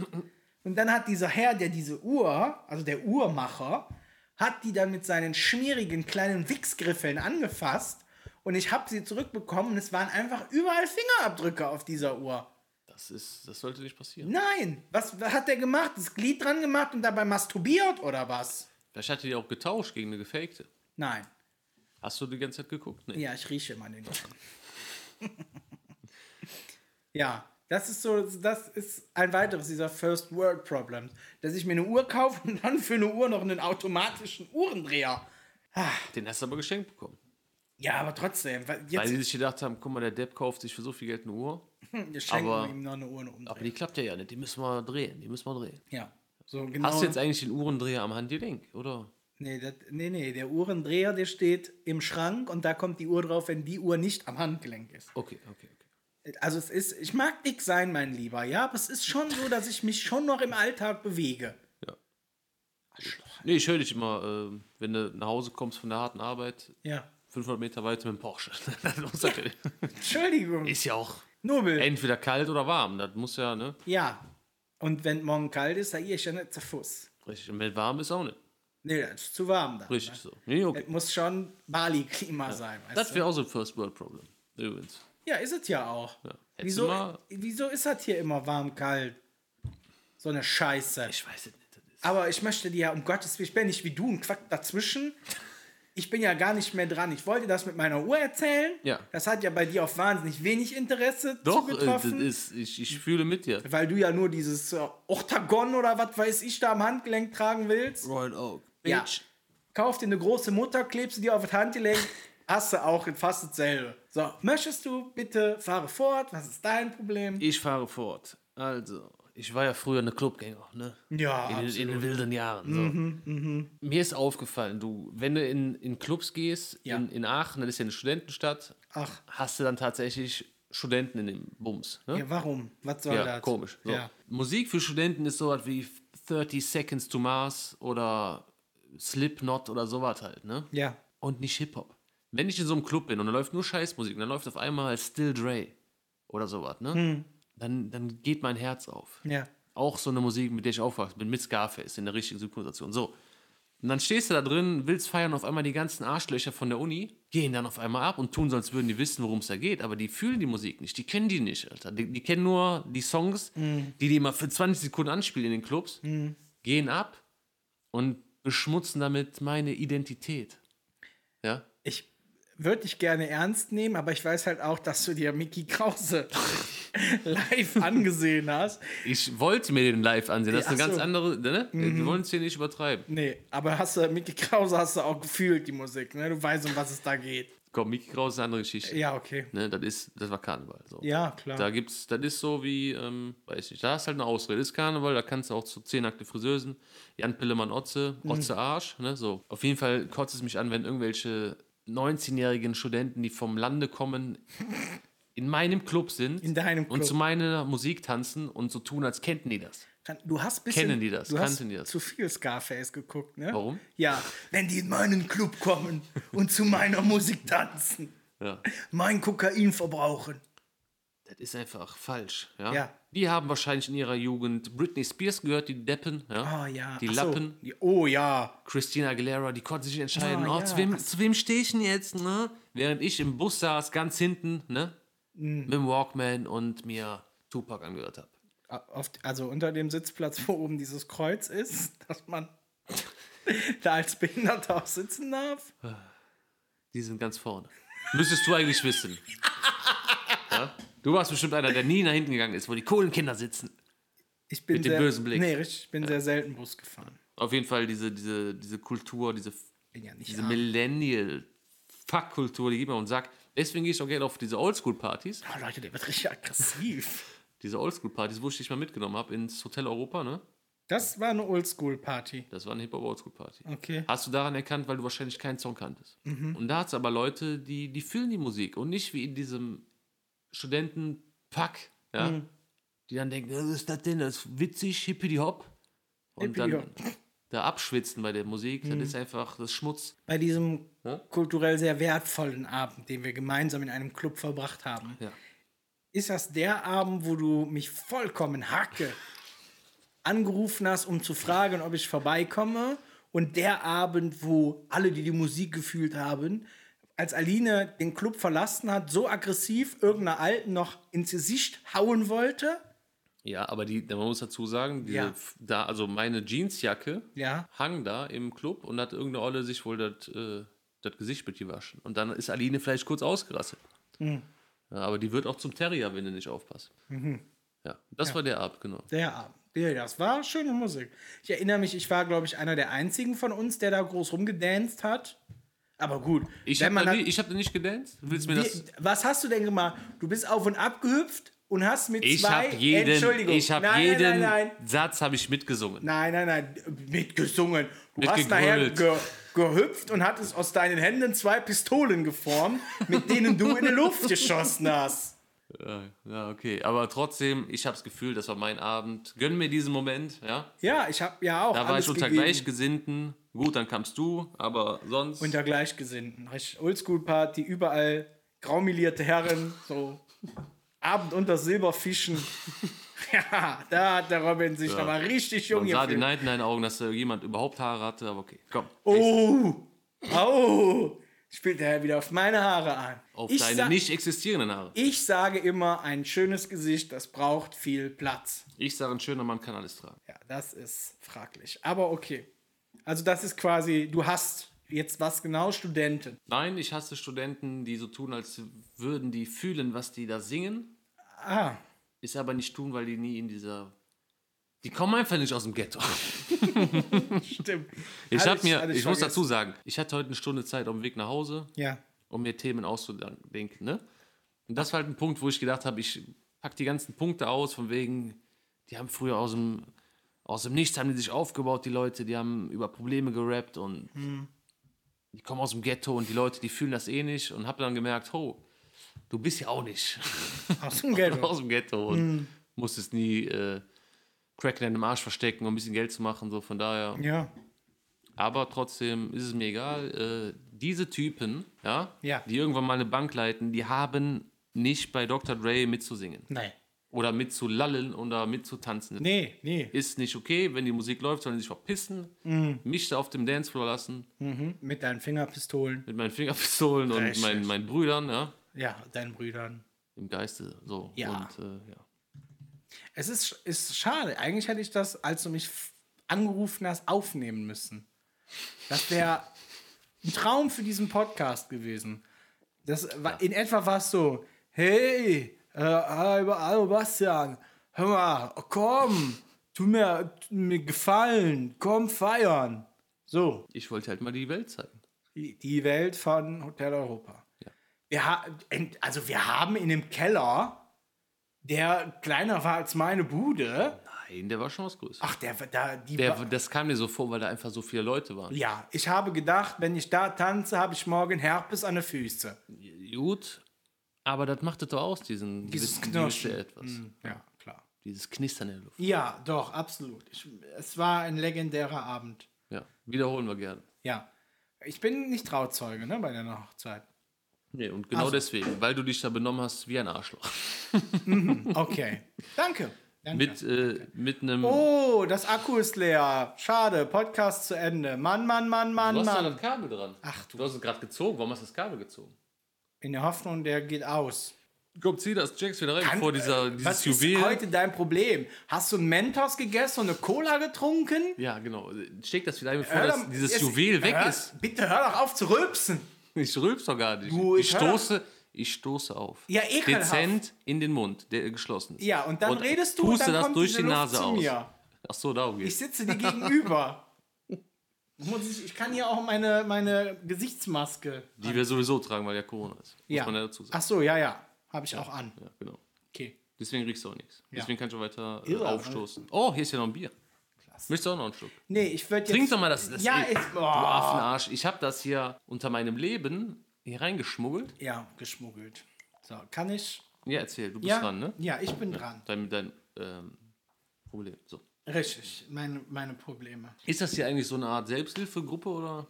Und dann hat dieser Herr, der diese Uhr, also der Uhrmacher, hat die dann mit seinen schmierigen kleinen Wichsgriffeln angefasst und ich habe sie zurückbekommen und es waren einfach überall Fingerabdrücke auf dieser Uhr. Das ist, das sollte nicht passieren. Nein, was was hat der gemacht? Das Glied dran gemacht und dabei masturbiert oder was? Vielleicht hat er die auch getauscht gegen eine gefakte. Nein. Hast du die ganze Zeit geguckt? Nee. Ja, ich rieche meine Lippen. *laughs* ja, das ist so, das ist ein weiteres dieser First World Problems, dass ich mir eine Uhr kaufe und dann für eine Uhr noch einen automatischen Uhrendreher. Den hast du aber geschenkt bekommen. Ja, aber trotzdem, weil Weil die jetzt sich gedacht haben, guck mal, der Depp kauft sich für so viel Geld eine Uhr. wir schenken aber- wir ihm noch eine Uhr und Aber umdrehen. die klappt ja ja nicht. Die müssen wir drehen. Die müssen wir drehen. Ja, so genau. Hast du jetzt eigentlich den Uhrendreher am Handgelenk, oder? nee, das, nee, nee, der Uhrendreher, der steht im Schrank und da kommt die Uhr drauf, wenn die Uhr nicht am Handgelenk ist. Okay, okay, okay. Also es ist, ich mag dick sein, mein Lieber, ja, aber es ist schon so, dass ich mich schon noch im Alltag bewege. Nee, ich höre dich immer, ähm, wenn du nach Hause kommst von der harten Arbeit, Ja. 500 Meter weiter mit dem Porsche. *laughs* Das muss natürlich- Entschuldigung. ist ja auch Nobel. entweder kalt oder warm. Das muss ja, ne? Ja. Und wenn morgen kalt ist, da gehe ich ja nicht zu Fuß. Richtig. Und wenn warm ist auch nicht. Nee, das ist zu warm da. Richtig so. Nee, okay. Es muss schon Bali-Klima sein. weißt Das du? wäre auch so ein First World Problem. Übrigens. ja, ist es ja auch. Hättest Wieso, du mal- wieso ist das hier immer warm, kalt? So eine Scheiße. Ich weiß es nicht. Das ist- Aber ich möchte dir ja, um Gottes Willen, ich bin nicht wie du, ein Quack dazwischen. Ich bin ja gar nicht mehr dran. Ich wollte das mit meiner Uhr erzählen. Ja. Das hat ja bei dir auf wahnsinnig wenig Interesse Doch, äh, das zugetroffen. ist, ich, ich fühle mit dir. weil du ja nur dieses äh, Oktagon oder was weiß ich da am Handgelenk tragen willst. Royal Oak. Ja. Bitch. Kauf dir eine große Mutter, klebst du dir auf das Handgelenk, hast du auch fast dasselbe. So, möchtest du bitte, fahre fort, was ist dein Problem? Ich fahre fort. Also, ich war ja früher eine Clubgänger, ne? Ja, In, den- in den wilden Jahren. So. Mir ist aufgefallen, du, wenn du in, in Clubs gehst, Ja. in, in Aachen, das ist ja eine Studentenstadt, Ach, hast du dann tatsächlich Studenten in dem Bums. Ne? ja, warum? Was soll Ja, das? komisch. So. Ja. Musik für Studenten ist sowas wie 30 Seconds to Mars oder Slipknot oder sowas halt, ne? ja. Und nicht Hip-Hop. Wenn ich in so einem Club bin und da läuft nur Scheißmusik und dann läuft auf einmal Still Dre oder sowas, ne? Hm. Dann, dann geht mein Herz auf Ja. auch so eine Musik, mit der ich aufwachsen bin, mit Scarface in der richtigen Synchronisation. So. Und dann stehst du da drin, willst feiern, auf einmal die ganzen Arschlöcher von der Uni gehen dann auf einmal ab und tun so, als würden die wissen, worum es da geht. Aber die fühlen die Musik nicht, die kennen die nicht, Alter. Die, die kennen nur die Songs, Mhm. die die immer für 20 Sekunden anspielen in den Clubs, gehen ab und beschmutzen damit meine Identität. Ja? Ich würde dich gerne ernst nehmen, aber ich weiß halt auch, dass du dir Mickey Krause *laughs* live angesehen hast. Ich wollte mir den live ansehen, das ist eine Ach so. Mhm. ganz andere, ne? Wir wollen es hier nicht übertreiben. Nee, aber hast du, Mickey Krause hast du auch gefühlt, die Musik, ne? Du weißt, um was es da geht. Komm, Mickey Kraus ist eine andere Geschichte. Ja, okay. Ne? Das, ist, das war Karneval. So. Ja, klar. Da gibt's, das ist so wie, ähm, weiß nicht, da ist halt eine Ausrede. Ist Karneval, da kannst du auch zu zehn nackte Friseusen, Jan Pillemann Otze, Mhm. Otze Arsch, ne, so. Auf jeden Fall kotzt es mich an, wenn irgendwelche 19-jährigen Studenten, die vom Lande *laughs* kommen, in meinem Club sind In deinem und Club. zu meiner Musik tanzen und so tun, als kennten die das. Kan- Du hast bisschen, Kennen die das? Du hast Kannten die das? zu viel Scarface geguckt, ne? Warum? Ja, wenn die in meinen Club kommen und zu meiner Musik tanzen, Ja. mein Kokain verbrauchen. Das ist einfach falsch. Ja? Ja. Die haben wahrscheinlich in ihrer Jugend Britney Spears gehört, die Deppen, ja? Ah ja. die Ach so. Lappen. Ja, Oh ja. Christina Aguilera, die konnte sich nicht entscheiden, Ah, oh, ja. zu wem, zu wem stehe ich denn jetzt, ne? Während ich im Bus saß, ganz hinten, ne? Mhm. Mit dem Walkman und mir Tupac angehört habe. A- Auf, also unter dem Sitzplatz, wo oben dieses Kreuz ist, *laughs* dass man da als Behinderter auch sitzen darf. Die sind ganz vorne. Müsstest du eigentlich *laughs* wissen. ja? Du warst bestimmt einer, der nie nach hinten gegangen ist, wo die coolen Kinder sitzen. Ich bin Mit dem sehr, bösen Blick. Nee, richtig. Ich bin sehr selten Bus gefahren. Auf jeden Fall diese, diese, diese Kultur, diese, Bin ja nicht diese arm. Millennial-Fuck-Kultur, die geht mir und sagt, deswegen gehe ich auch gerne auf diese Oldschool-Partys. Oh, Leute, der wird richtig aggressiv. Diese Oldschool-Partys, wo ich dich mal mitgenommen habe, ins Hotel Europa, ne? Das war eine Oldschool-Party. Das war eine Hip-Hop-Oldschool-Party. Okay. Hast du daran erkannt, weil du wahrscheinlich keinen Song kanntest. Und da hat es aber Leute, die, die fühlen die Musik und nicht wie in diesem Studentenpack, ja, die dann denken, was ist das denn? Das ist witzig, hippity hop. Und dann da abschwitzen bei der Musik, das ist einfach das ist Schmutz. bei diesem kulturell sehr wertvollen Abend, den wir gemeinsam in einem Club verbracht haben. Ja. Ist das der Abend, wo du mich vollkommen hacke angerufen hast, um zu fragen, ob ich vorbeikomme? Und der Abend, wo alle, die die Musik gefühlt haben, als Aline den Club verlassen hat, so aggressiv irgendeiner Alten noch ins Gesicht hauen wollte? Ja, aber die, man muss dazu sagen, diese, Ja. da, also meine Jeansjacke Ja. hang da im Club und hat irgendeine Olle sich wohl das äh, das das Gesicht mit gewaschen. Und dann ist Aline vielleicht kurz ausgerastet. Mhm. Ja, aber die wird auch zum Terrier, wenn du nicht aufpasst. Ja, das war der Abend, genau. Der Abend. Ja, das war schöne Musik. Ich erinnere mich, ich war, glaube ich, einer der einzigen von uns, der da groß rumgedanced hat. Aber gut. Ich wenn habe man da, hat- nie- ich hab da nicht gedanced. Willst du mir das? Wie- Was hast du denn gemacht? Du bist auf und ab gehüpft und hast mit Ich zwei. habe jeden, Entschuldigung. ich hab nein, jeden Nein, nein, Satz habe ich mitgesungen. nein, nein, nein, nein. Mitgesungen. Du Mit hast nachher gegrölt. ge gehüpft und hattest aus deinen Händen zwei Pistolen geformt, mit denen du in die Luft geschossen hast. Ja, ja, okay. Aber trotzdem, ich habe das Gefühl, das war mein Abend. Gönn mir diesen Moment, ja. Ja, ich habe ja auch. Da war alles ich unter gegeben. Gleichgesinnten. Gut, dann kamst du, aber sonst. Unter Gleichgesinnten. Richtig Oldschool-Party, überall graumilierte Herren, so Abend unter Silberfischen. *laughs* ja, da hat der Robin sich noch nochmal richtig jung man sah die gefühlt. Neid in deinen Augen, dass da jemand überhaupt Haare hatte, aber okay. Komm. Oh, oh, spielt er wieder auf meine Haare an. Auf ich, deine sa- nicht existierenden Haare. ich sage immer, ein schönes Gesicht, das braucht viel Platz. Ich sage, ein schöner Mann kann alles tragen. Ja, das ist fraglich. Aber okay. Also das ist quasi, du hast jetzt was genau, Studentin. *laughs* Nein, ich hasse Studenten, die so tun, als würden die fühlen, was die da singen, Ah, ist aber nicht tun, weil die nie in dieser. Die kommen einfach nicht aus dem *laughs* Ghetto. stimmt. Ich Alles- hab mir, alles ich muss vergessen. dazu sagen, ich hatte heute eine Stunde Zeit auf dem Weg nach Hause, Ja. um mir Themen auszudenken. Ne? Und das war halt ein Punkt, wo ich gedacht habe, ich pack die ganzen Punkte aus, von wegen, die haben früher aus dem, aus dem Nichts haben die sich aufgebaut, die Leute, die haben über Probleme gerappt und die kommen aus dem Ghetto und die Leute, die fühlen das eh nicht und habe dann gemerkt, oh, du bist ja auch nicht Aus *laughs* dem Geld. aus dem Ghetto und musstest nie äh, Crack in deinem Arsch verstecken, um ein bisschen Geld zu machen, so von daher. Ja. Aber trotzdem ist es mir egal. Äh, diese Typen, ja, Ja. die irgendwann mal eine Bank leiten, die haben nicht bei Dr. Dre mitzusingen. Nein. Oder mitzulallen oder mitzutanzen. Nee, nee. Ist nicht okay, wenn die Musik läuft, sollen die sich verpissen, Mhm. mich da auf dem Dancefloor lassen, Mit deinen Fingerpistolen. mit meinen Fingerpistolen und Richtig. meinen, meinen Brüdern, ja. Ja, deinen Brüdern. Im Geiste so. Ja. Und, äh, ja. Es ist, ist schade. Eigentlich hätte ich das, als du mich f- angerufen hast, aufnehmen müssen. Das wäre ein Traum für diesen Podcast gewesen. Das war, In etwa war es so, hey, äh, hallo hallo Bastian, hör mal, komm, tu mir, tu mir gefallen, komm feiern. So. Ich wollte halt mal die Welt zeigen. Die die Welt von Hotel Europa. Ja. Wir ha ent- also wir haben in dem Keller, der kleiner war als meine Bude. Nein, der war schon was Größeres. Ach, der, war- da, die Der, war- das kam mir so vor, weil da einfach so viele Leute waren. Ja, ich habe gedacht, wenn ich da tanze, habe ich morgen Herpes an den Füßen. Gut, aber das macht es doch aus, diesen Dieses Mhm. gewissen- Knirschen. gewisse etwas. Ja, klar. Dieses Knistern in der Luft. Ja, doch, absolut. Ich, es war ein legendärer Abend. Ja, wiederholen wir gerne. Ja. Ich bin nicht Trauzeuge, ne, bei deiner Hochzeit. Nee, und genau Also- deswegen, weil du dich da benommen hast wie ein Arschloch. *laughs* Okay. Danke. Danke. Mit, äh, mit einem. Oh, das Akku ist leer. Schade, Podcast zu Ende. Mann, Mann, Mann, Mann, du hast da Mann. das Kabel dran. Ach du. Du hast es gerade gezogen. Warum hast du das Kabel gezogen? In der Hoffnung, der geht aus. Komm, zieh das Jacks wieder rein, Kann- äh, bevor dieser, Was dieses ist Juwel. heute dein Problem? Hast du einen Mentos gegessen und eine Cola getrunken? ja, genau. Steck das wieder ein, bevor Hör das, doch- dieses es- Juwel weg hör, ist. Bitte hör doch auf zu rülpsen. Ich rülps doch gar nicht. Du, ich, ich hör- stoße, ich stoße auf. Ja, ekelhaft. Dezent in den Mund, der geschlossen ist. Ja, und dann redest du und puste dann das kommt durch diese die Luft Nase zu aus. mir. Ach so, darum geht's. Ich sitze dir gegenüber. *laughs* Muss ich, ich kann hier auch meine, meine Gesichtsmaske. Die wir sowieso tragen, weil ja Corona ist. Muss Ja. man ja dazu sagen. Ach so, ja, ja. Habe ich auch an. Ja, genau. Okay. Deswegen riechst du auch nichts. Ja. Deswegen kannst du weiter äh, Irre, ne? aufstoßen. Oh, hier ist ja noch ein Bier. Möchtest du auch noch einen Schluck? Nee, ich würde jetzt. Trink doch mal das. das Ja, eh- ich. du Oh. Affenarsch. Ich habe das hier unter meinem Leben hier reingeschmuggelt. Ja, geschmuggelt. So, kann ich? Ja, erzähl, du bist Ja, dran, ne? ja ich bin dran. Dein, dein ähm, Problem. So. Richtig, meine, meine Probleme. Ist das hier eigentlich so eine Art Selbsthilfegruppe oder?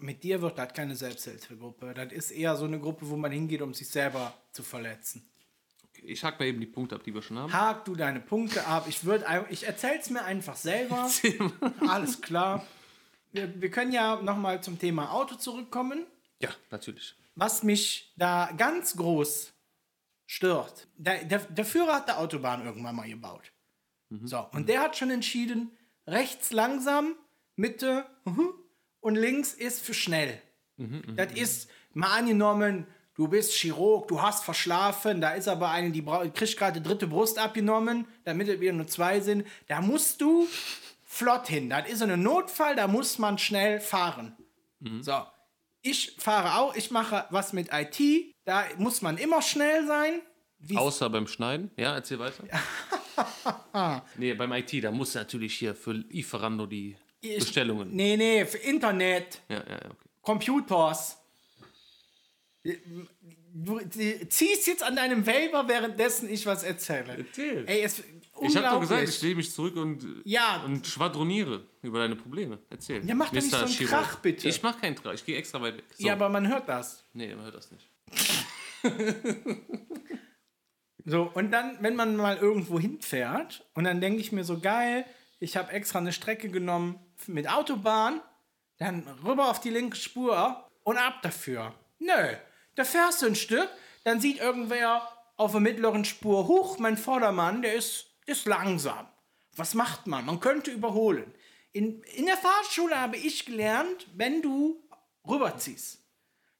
Mit dir wird das keine Selbsthilfegruppe. Das ist eher so eine Gruppe, wo man hingeht, um sich selber zu verletzen. Ich hack mir eben die Punkte ab, die wir schon haben. Hak du deine Punkte ab. Ich, würd, ein- ich erzähl's mir einfach selber. Alles klar. Wir, wir können ja nochmal zum Thema Auto zurückkommen. Ja, natürlich. Was mich da ganz groß stört, der, der, der Führer hat der Autobahn irgendwann mal gebaut. So, und der hat schon entschieden, rechts langsam, Mitte mhm, und links ist für schnell. Das ist, mal angenommen, du bist Chirurg, du hast verschlafen, da ist aber eine, die bra- kriegt gerade die dritte Brust abgenommen, damit es wieder nur zwei sind. Da musst du flott hin. Das ist so ein Notfall, da muss man schnell fahren. So. Ich fahre auch, ich mache was mit IT, da muss man immer schnell sein. Außer beim Schneiden. Ja, erzähl *laughs* weiter. nee, beim IT, da muss natürlich hier für Lieferando die Ich- Bestellungen. Nee, nee, für Internet, Ja, ja, ja, okay. Computers. Du du ziehst jetzt an deinem Waiver, währenddessen ich was erzähle. Erzähl. Ey, es Ich habe doch gesagt, unglaublich. ich lehne mich zurück und, Ja. und schwadroniere über deine Probleme. Erzähl. Ja, mach doch nicht Mr. so einen Chirurg. Krach, bitte. Ich mach keinen Krach, ich gehe extra weit weg. So. Ja, aber man hört das. nee, man hört das nicht. So, und dann, wenn man mal irgendwo hinfährt, und dann denke ich mir so, geil, ich habe extra eine Strecke genommen mit Autobahn, dann rüber auf die linke Spur und ab dafür. Nö, da fährst du ein Stück, dann sieht irgendwer auf der mittleren Spur, huch, mein Vordermann, der ist, ist langsam. Was macht man? Man könnte überholen. In, in der Fahrschule habe ich gelernt, wenn du rüberziehst,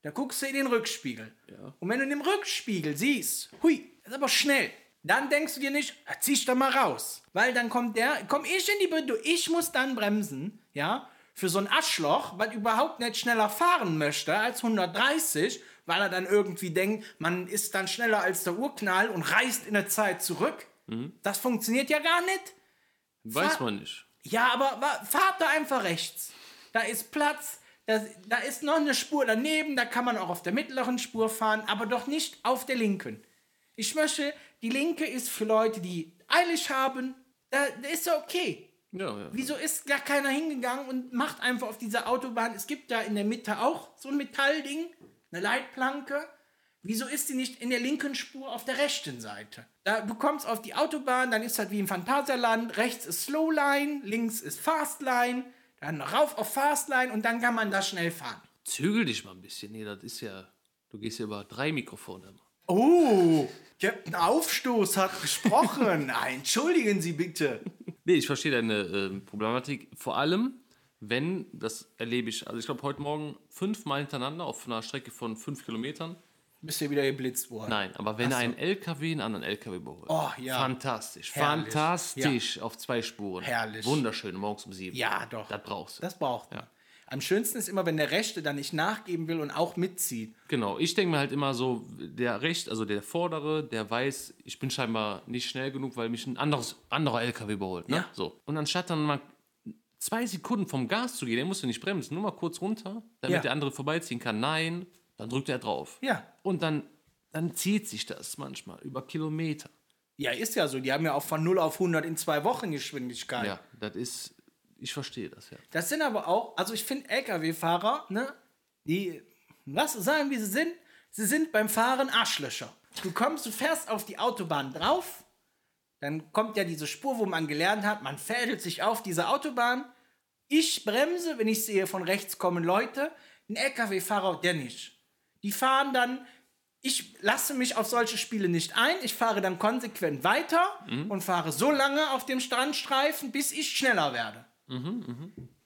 da guckst du in den Rückspiegel. Und wenn du in dem Rückspiegel siehst, hui, das ist aber schnell, dann denkst du dir nicht, "Ah, zieh ich doch mal raus. Weil dann kommt der, komm ich in die Bedrohung, ich muss dann bremsen, ja, für so ein Aschloch, was überhaupt nicht schneller fahren möchte als 130, weil er dann irgendwie denkt, man ist dann schneller als der Urknall und reist in der Zeit zurück. Das funktioniert ja gar nicht. Weiß Fa- man nicht. Ja, aber wa- fahrt da einfach rechts. Da ist Platz, da, da ist noch eine Spur daneben, da kann man auch auf der mittleren Spur fahren, aber doch nicht auf der linken. Ich möchte, die linke ist für Leute, die eilig haben, da, da ist ja okay. Ja, ja. Wieso ist gar keiner hingegangen und macht einfach auf dieser Autobahn, es gibt da in der Mitte auch so ein Metallding, eine Leitplanke. Wieso ist die nicht in der linken Spur auf der rechten Seite? Da du kommst auf die Autobahn, dann ist das wie im Phantasialand, rechts ist Slowline, links ist Fastline, dann rauf auf Fastline und dann kann man da schnell fahren. Zügel dich mal ein bisschen. Nee, das ist ja. Du gehst ja über drei Mikrofone. Oh, Captain Aufstoß hat gesprochen. *laughs* Nein, Entschuldigen Sie bitte. Nee, ich verstehe deine ähm, Problematik. Vor allem, wenn, das erlebe ich, also ich glaube heute Morgen fünfmal hintereinander auf einer Strecke von fünf Kilometern. Bist du wieder geblitzt worden? Nein, aber wenn ein LKW einen anderen LKW überholt. Oh, ja. Fantastisch. Herrlich. Fantastisch auf zwei Spuren. Herrlich. Wunderschön, morgens um sieben. Ja, doch. Das brauchst du. Das braucht man. Am schönsten ist immer, wenn der Rechte dann nicht nachgeben will und auch mitzieht. Genau, ich denke mir halt immer so, der Recht, also der Vordere, der weiß, ich bin scheinbar nicht schnell genug, weil mich ein anderes, anderer LKW überholt. Ne? Ja. So. Und anstatt dann mal zwei Sekunden vom Gas zu gehen, der muss ja nicht bremsen, nur mal kurz runter, damit Ja. der andere vorbeiziehen kann. Nein, dann drückt er drauf. Ja. Und dann, dann zieht sich das manchmal über Kilometer. Ja, ist ja so. Die haben ja auch von 0 auf 100 in zwei Wochen Geschwindigkeit. Ja, das ist, ich verstehe das ja. Das sind aber auch, also ich finde LKW-Fahrer, ne, die, was sagen, wie sie sind, sie sind beim Fahren Arschlöcher. Du kommst, du fährst auf die Autobahn drauf, dann kommt ja diese Spur, wo man gelernt hat, man fädelt sich auf diese Autobahn. Ich bremse, wenn ich sehe, von rechts kommen Leute. Ein LKW-Fahrer, der nicht. Die fahren dann, ich lasse mich auf solche Spiele nicht ein. Ich fahre dann konsequent weiter und fahre so lange auf dem Strandstreifen, bis ich schneller werde.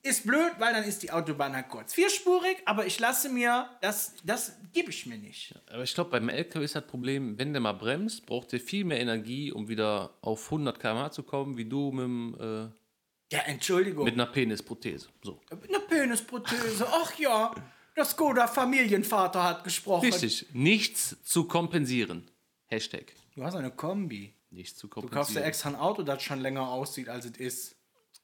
Ist blöd, weil dann ist die Autobahn halt kurz vierspurig, aber ich lasse mir, das, das gebe ich mir nicht. Aber ich glaube, beim LKW ist das Problem, wenn der mal bremst, braucht der viel mehr Energie, um wieder auf 100 km/h zu kommen, wie du mit, dem, äh, Ja, Entschuldigung. mit einer Penisprothese. So. Eine Penisprothese, ach ja, der Skoda-Familienvater hat gesprochen. Richtig, nichts zu kompensieren. Hashtag. Du hast eine Kombi. Nichts zu Du kaufst ja kompensieren. extra ein Auto, das schon länger aussieht, als es ist.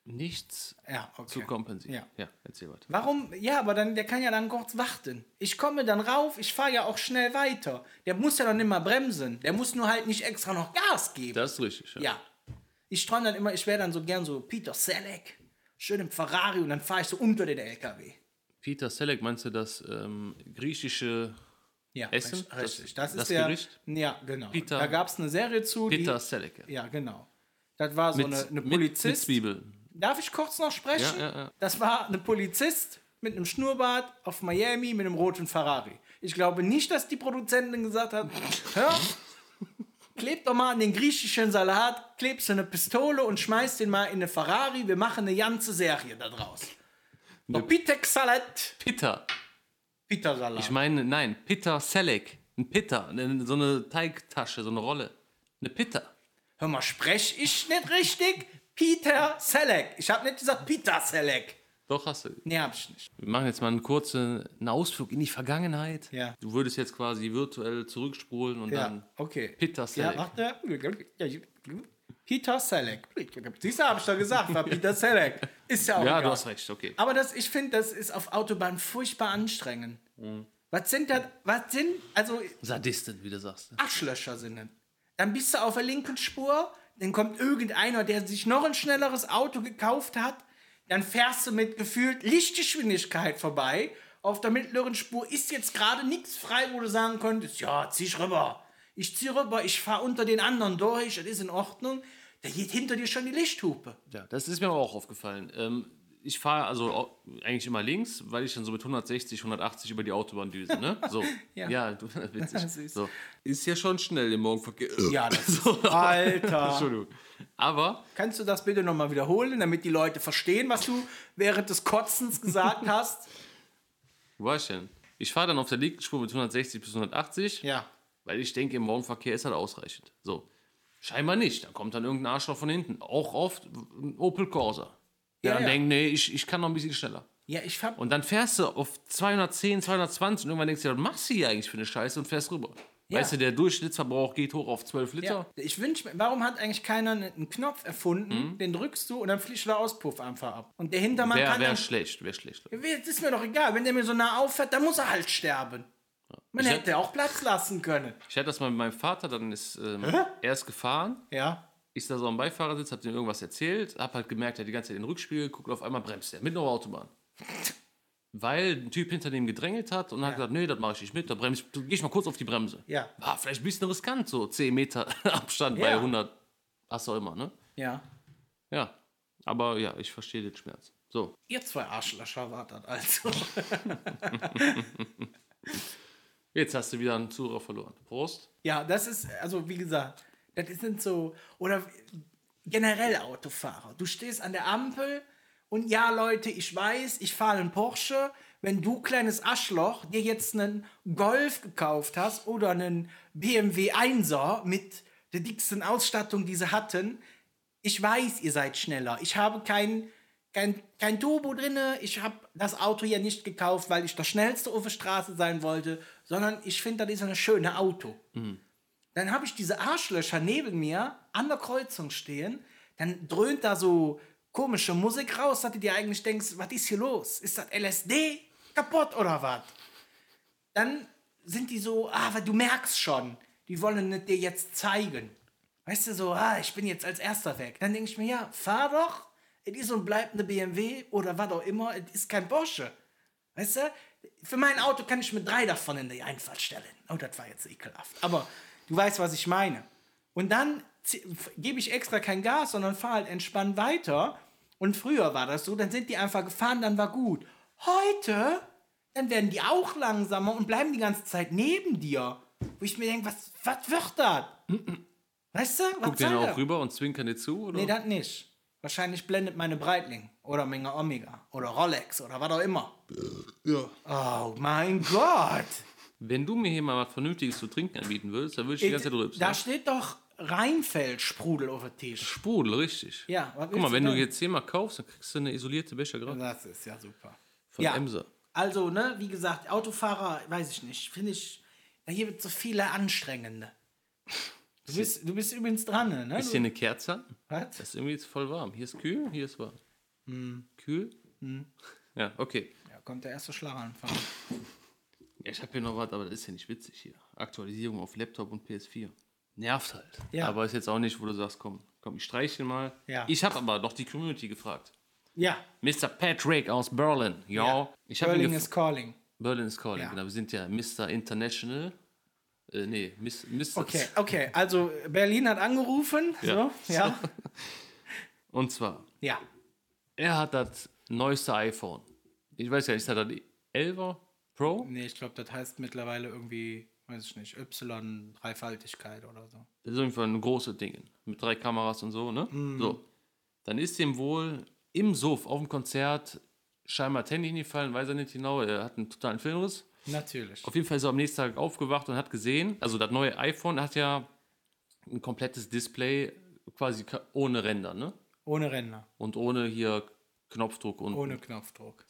nichts Ja, okay. zu kompensieren. Ja. erzähl weiter. Warum? Ja, aber dann, der kann ja dann kurz warten. Ich komme dann rauf, ich fahre ja auch schnell weiter. Der muss ja dann nicht mal bremsen. Der muss nur halt nicht extra noch Gas geben. Das ist richtig. Ja. Ich träume dann immer, ich wäre dann so gern so Peter Selleck, schön im Ferrari und dann fahre ich so unter den LKW. Peter Selleck, meinst du das ähm, griechische Ja, Essen? richtig, Richtig. Das- Das, ist das der, Gericht? Ja, genau. Peter- da gab es eine Serie zu. Peter Selleck? ja. Die, ja, genau. Das war so Mit, eine, eine mit, mit Polizist. Zwiebeln. Darf ich kurz noch sprechen? Ja, ja, ja. Das war eine Polizist mit einem Schnurrbart auf Miami mit einem roten Ferrari. Ich glaube nicht, dass die Produzentin *laughs* gesagt hat, hör, kleb doch mal an den griechischen Salat, klebst du eine Pistole und schmeißt den mal in eine Ferrari, Ne. wir machen eine ganze Serie da draus. Doch Pitek Oh, Salat, Peter. Pizzasalat. Ich meine, nein, Pitta Selleck. Ein Pitta, eine- so eine Teigtasche, so eine Rolle. Eine Pitta. Hör mal, sprech ich nicht richtig? Peter Selleck. Ich hab nicht gesagt Peter Selleck. Doch hast du. Nee, hab ich nicht. Wir machen jetzt mal einen kurzen einen Ausflug in die Vergangenheit. Ja. Du würdest jetzt quasi virtuell zurückspulen und ja, dann okay. Pitta Ja, Selleck. macht er. Peter Selleck. Siehst du, hab ich doch gesagt, *laughs* war Peter Selleck. Ist ja auch Ja, egal. du hast recht, okay. Aber das, ich finde, das ist auf Autobahn furchtbar anstrengend. Mhm. Was sind das? Was sind, also Sadistin, wie du sagst. Arschlöcher sind. das. Dann bist du auf der linken Spur, dann kommt irgendeiner, der sich noch ein schnelleres Auto gekauft hat, dann fährst du mit gefühlt Lichtgeschwindigkeit vorbei. Auf der mittleren Spur ist jetzt gerade nichts frei, wo du sagen könntest, ja, zieh ich rüber. Ich zieh rüber, ich fahr unter den anderen durch, das ist in Ordnung. Da geht hinter dir schon die Lichthupe. Ja, das ist mir aber auch aufgefallen. Ähm, ich fahre also au- eigentlich immer links, weil ich dann so mit 160, 180 über die Autobahn düse, ne? So. ja. du, *laughs* witzig. So. Ist ja schon schnell im Morgenverkehr. *laughs* Ja, das so. Alter. *laughs* Entschuldigung. Aber Kannst du das bitte nochmal wiederholen, damit die Leute verstehen, was du während des *laughs* Kotzens gesagt hast? Wo war ich denn? Ich fahre dann auf der linken Spur mit 160 bis 180, Ja. weil ich denke, im Morgenverkehr ist das ausreichend. So. Scheinbar nicht. Da kommt dann irgendein Arschloch von hinten. Auch oft ein Opel Corsa. Der Ja, dann ja. denkt, nee, ich, ich kann noch ein bisschen schneller. Ja, ich hab. Und dann fährst du auf 210, 220 und irgendwann denkst du, dir, was machst du hier eigentlich für eine Scheiße und fährst rüber. Weißt du, der Durchschnittsverbrauch geht hoch auf 12 Liter. Ja, ich wünsch mir, warum hat eigentlich keiner ne- einen Knopf erfunden, den drückst du und dann fliegt der Auspuff einfach ab. Und der Hintermann Wäre kann wär dann. schlecht, wäre schlecht. Das ist mir doch egal, wenn der mir so nah auffährt, dann muss er halt sterben. Man Ich hätte auch Platz lassen können. Ich hatte das mal mit meinem Vater, dann ist ähm, er ist gefahren Ja. ich saß so am Beifahrersitz, hab dem irgendwas erzählt, hab halt gemerkt, er hat die ganze Zeit in den Rückspiegel geguckt, auf einmal bremst er, mitten auf der Autobahn. Weil ein Typ hinter dem gedrängelt hat und hat gesagt, nee, das mache ich nicht mit, da bremse ich, geh ich mal kurz auf die Bremse. Ja. War vielleicht ein bisschen riskant, so 10 Meter *laughs* Abstand bei Ja. 100, was auch immer, ne? Ja. Ja, aber ja, ich verstehe den Schmerz. So, Ihr zwei Arschlöcher wartet also. jetzt hast du wieder einen Zuhörer verloren. Prost. Ja, das ist, also wie gesagt, das sind so, oder generell Autofahrer. Du stehst an der Ampel und ja, Leute, ich weiß, ich fahre einen Porsche. Wenn du, kleines Aschloch, dir jetzt einen Golf gekauft hast oder einen BMW 1er mit der dicksten Ausstattung, die sie hatten, ich weiß, ihr seid schneller. Ich habe kein, kein, kein Turbo drinne. Ich habe das Auto hier nicht gekauft, weil ich der Schnellste auf der Straße sein wollte, sondern ich finde, das ist ein schönes Auto. Dann habe ich diese Arschlöcher neben mir an der Kreuzung stehen. Dann dröhnt da so komische Musik raus, dass du dir eigentlich denkst, was ist hier los? Ist das LSD kaputt oder was? Dann sind die so, ah, aber du merkst schon, die wollen es dir jetzt zeigen. Weißt du, so, ah, ich bin jetzt als Erster weg. Dann denke ich mir, ja, fahr doch. Es ist und bleibt eine BMW oder was auch immer. Es ist kein Porsche. Weißt du, für mein Auto kann ich mir drei davon in die Einfahrt stellen. Oh, das war jetzt ekelhaft. Aber du weißt, was ich meine. Und dann zie- f- gebe ich extra kein Gas, sondern fahre halt entspannt weiter. Und früher war das so, dann sind die einfach gefahren, dann war gut. Heute, dann werden die auch langsamer und bleiben die ganze Zeit neben dir. Wo ich mir denke, was, was wird das? Weißt du, was Guck dir soll das? auch rüber und zwinkern dir zu, oder? Nee, das nicht. Wahrscheinlich blendet meine Breitling oder Menge Omega oder Rolex oder was auch immer. Oh mein Gott. Wenn du mir hier mal was Vernünftiges zu trinken anbieten würdest, dann würde ich die ganze Zeit rülpsen. da ne? steht doch Rheinfeld-Sprudel auf dem Tisch. Sprudel, richtig. Ja, was Guck mal, willst wenn du denn? jetzt hier mal kaufst, dann kriegst du eine isolierte Becher gerade Das ist ja super. von Ja. Emser. Also, ne, wie gesagt, Autofahrer, weiß ich nicht. Finde ich, ja, hier wird so viele anstrengende. Du bist, du bist übrigens dran, ne? Ist hier eine Kerze? an? Was? Das ist irgendwie jetzt voll warm. Hier ist kühl, hier ist warm. Hm. Kühl? Ja, okay. Da kommt der erste Schlaganfall. Ja, ich habe hier noch was, aber das ist ja nicht witzig hier. Aktualisierung auf Laptop und PS4. Nervt halt. Ja. Aber ist jetzt auch nicht, wo du sagst, komm, komm, ich streiche mal. Ja. Ich habe aber noch die Community gefragt. Ja, Mr. Patrick aus Berlin. Ja. Ich habe ihn Curling gef- is calling. Berlin is calling. Ja. Genau, wir sind ja Mr. International. Äh, nee, Miss, Mr. Okay, okay, also Berlin hat angerufen. Ja. *laughs* So, ja. Und zwar, ja. er hat das neueste iPhone. Ich weiß ja nicht, ist das das 11er Pro? Nee, ich glaube, das heißt mittlerweile irgendwie, weiß ich nicht, Y-Dreifaltigkeit oder so. Das ist auf jeden Fall ein großes Ding. Mit drei Kameras und so, ne? So. Dann ist ihm wohl im Sof auf dem Konzert scheinbar das Handy hingefallen, weiß er nicht genau, er hat einen totalen Filmriss. Natürlich. Auf jeden Fall ist er am nächsten Tag aufgewacht und hat gesehen, also das neue iPhone hat ja ein komplettes Display quasi ka- ohne Ränder, ne? Ohne Ränder, Und ohne hier Knopfdruck und ohne Knopfdruck.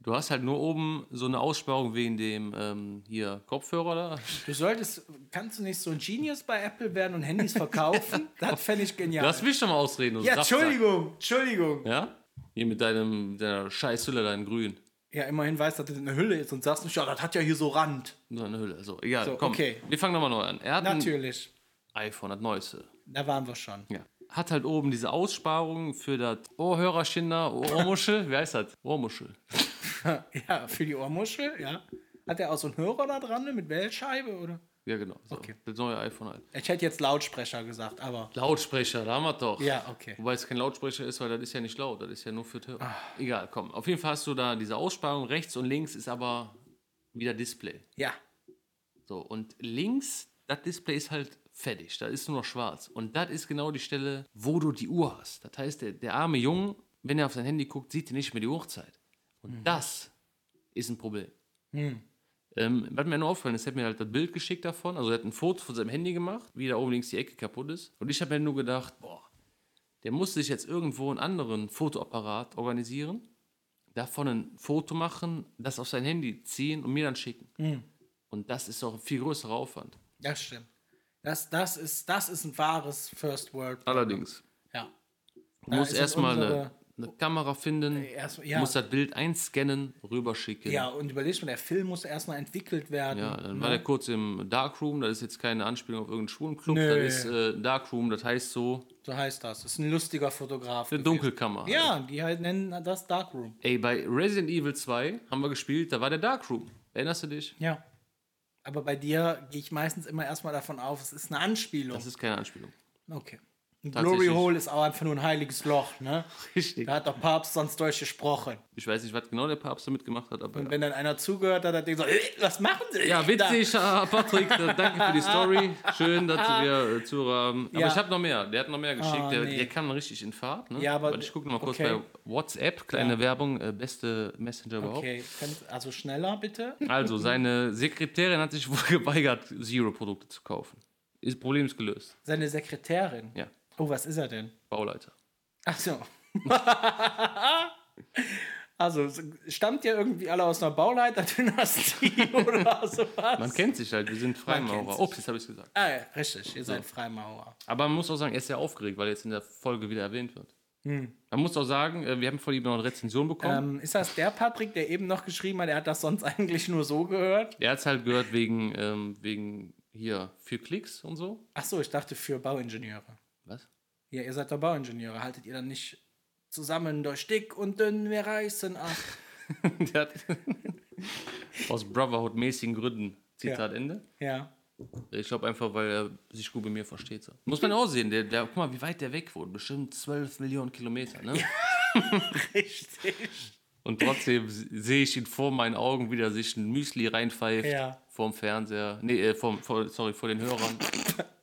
du hast halt nur oben so eine Aussparung wegen dem ähm, hier Kopfhörer da. Du solltest, kannst du nicht so ein Genius bei Apple werden und Handys verkaufen? das fände ich genial. Lass mich schon mal ausreden. du ja, Saftsack. Entschuldigung, Entschuldigung. Ja? Hier mit deinem deiner Scheißhülle, deinem Grün. Ja, immerhin weißt du, dass das eine Hülle ist und sagst nicht, ja, das hat ja hier so Rand. So eine Hülle. So, egal, So, komm. okay. Wir fangen nochmal neu an. Er hat Natürlich, ein iPhone, das neueste. da waren wir schon. Hm. Ja. Hat halt oben diese Aussparung für das Ohrhörerschinder, Ohrmuschel. Wie heißt das? Ohrmuschel. *laughs* Ja, für die Ohrmuschel, ja. Hat er auch so einen Hörer da dran, ne, mit Wählscheibe, oder? Ja, genau. So. Das neue iPhone halt. Ich hätte jetzt Lautsprecher gesagt, aber Lautsprecher, da haben wir doch. Ja, okay. Ah. Wobei es kein Lautsprecher ist, weil das ist ja nicht laut, das ist ja nur für Hörer. Egal, komm. Auf jeden Fall hast du da diese Aussparung. Rechts und links ist aber wieder Display. ja. So, und links, das Display ist halt fertig, da ist nur noch schwarz. Und das ist genau die Stelle, wo du die Uhr hast. Das heißt, der, der arme Junge, wenn er auf sein Handy guckt, sieht er nicht mehr die Uhrzeit. Und das ist ein Problem. Ähm, was mir nur aufgefallen ist, er hat mir halt das Bild geschickt davon, also er hat ein Foto von seinem Handy gemacht, wie da oben links die Ecke kaputt ist. Und ich habe mir nur gedacht, boah, der muss sich jetzt irgendwo einen anderen Fotoapparat organisieren, davon ein Foto machen, das auf sein Handy ziehen und mir dann schicken. Und das ist doch ein viel größerer Aufwand. Das stimmt. Das, das, ist, das ist ein wahres First World. Allerdings. Ja. Du musst ist erstmal unsere- eine, eine Kamera finden, Erst, ja. ja. musst das Bild einscannen, rüberschicken. ja, und überleg mal, der Film muss erstmal entwickelt werden. Ja, dann war der kurz im Darkroom, das ist jetzt keine Anspielung auf irgendeinen schwulen Club, Nö. das ist äh, Darkroom, das heißt so So heißt das. Ist ein lustiger Fotograf. eine Dunkelkammer. Ja, die halt nennen das Darkroom. Ey, bei Resident Evil 2 haben wir gespielt, da war der Darkroom. Erinnerst du dich? Ja. Aber bei dir gehe ich meistens immer erstmal davon auf, es ist eine Anspielung. Das ist keine Anspielung. okay. Ein Glory Tatsächlich. Hole ist auch einfach nur ein heiliges Loch, ne? Richtig. Da hat doch Papst sonst durchgesprochen. Ich weiß nicht, was genau der Papst damit gemacht hat, aber. Und wenn dann einer zugehört hat, hat der gesagt, "Äh, was machen sie? Ja, denn da?" witzig, ah, Patrick. da- Danke für die Story. Schön, dass wir äh, zu haben. Aber Ja. Ah, ich habe noch mehr. Der hat noch mehr geschickt. der, nee. der kam richtig in Fahrt. Ne? Ja, aber- Warte, ich gucke mal kurz okay. bei WhatsApp. Kleine Werbung, äh, beste Messenger überhaupt. Okay, kannst- also schneller bitte. Also, seine Sekretärin hat sich wohl *laughs* geweigert, Zero-Produkte zu kaufen. Ist Problem ist gelöst. Seine Sekretärin. Ja, Oh, was ist er denn? Bauleiter. Ach so. also, so- stammt ihr irgendwie alle aus einer Bauleiterdynastie oder sowas? Man kennt sich halt, wir sind Man kennt Freimaurer. sich. Ups, jetzt habe ich gesagt. ah, ja, richtig, ihr seid Freimaurer. Aber man muss auch sagen, er ist sehr aufgeregt, weil er jetzt in der Folge wieder erwähnt wird. Hm. Man muss auch sagen, äh, wir haben vorhin noch eine Rezension bekommen. Ähm, ist das der Patrick, der eben noch geschrieben hat, er hat das sonst *laughs* eigentlich nur so gehört? Er hat es halt gehört wegen, ähm, wegen hier vier Klicks und so. Ach so, ich dachte für Bauingenieure. Was? Ja, ihr seid doch Bauingenieure. Haltet ihr dann nicht zusammen durch dick und dünn, wir reißen ab? *laughs* Der hat *laughs* aus Brotherhood-mäßigen Gründen. Zitat Ja. Ende. Ja. Ich glaube einfach, weil er sich gut bei mir versteht. So. Muss man auch sehen, der, der, guck mal, wie weit der weg wurde. Bestimmt 12 Millionen Kilometer, ne? *laughs* Richtig. Und trotzdem se- sehe ich ihn vor meinen Augen, wie der sich ein Müsli reinpfeift. Ja. Vorm Fernseher. Nee, äh, vorm, vor, sorry, vor den Hörern.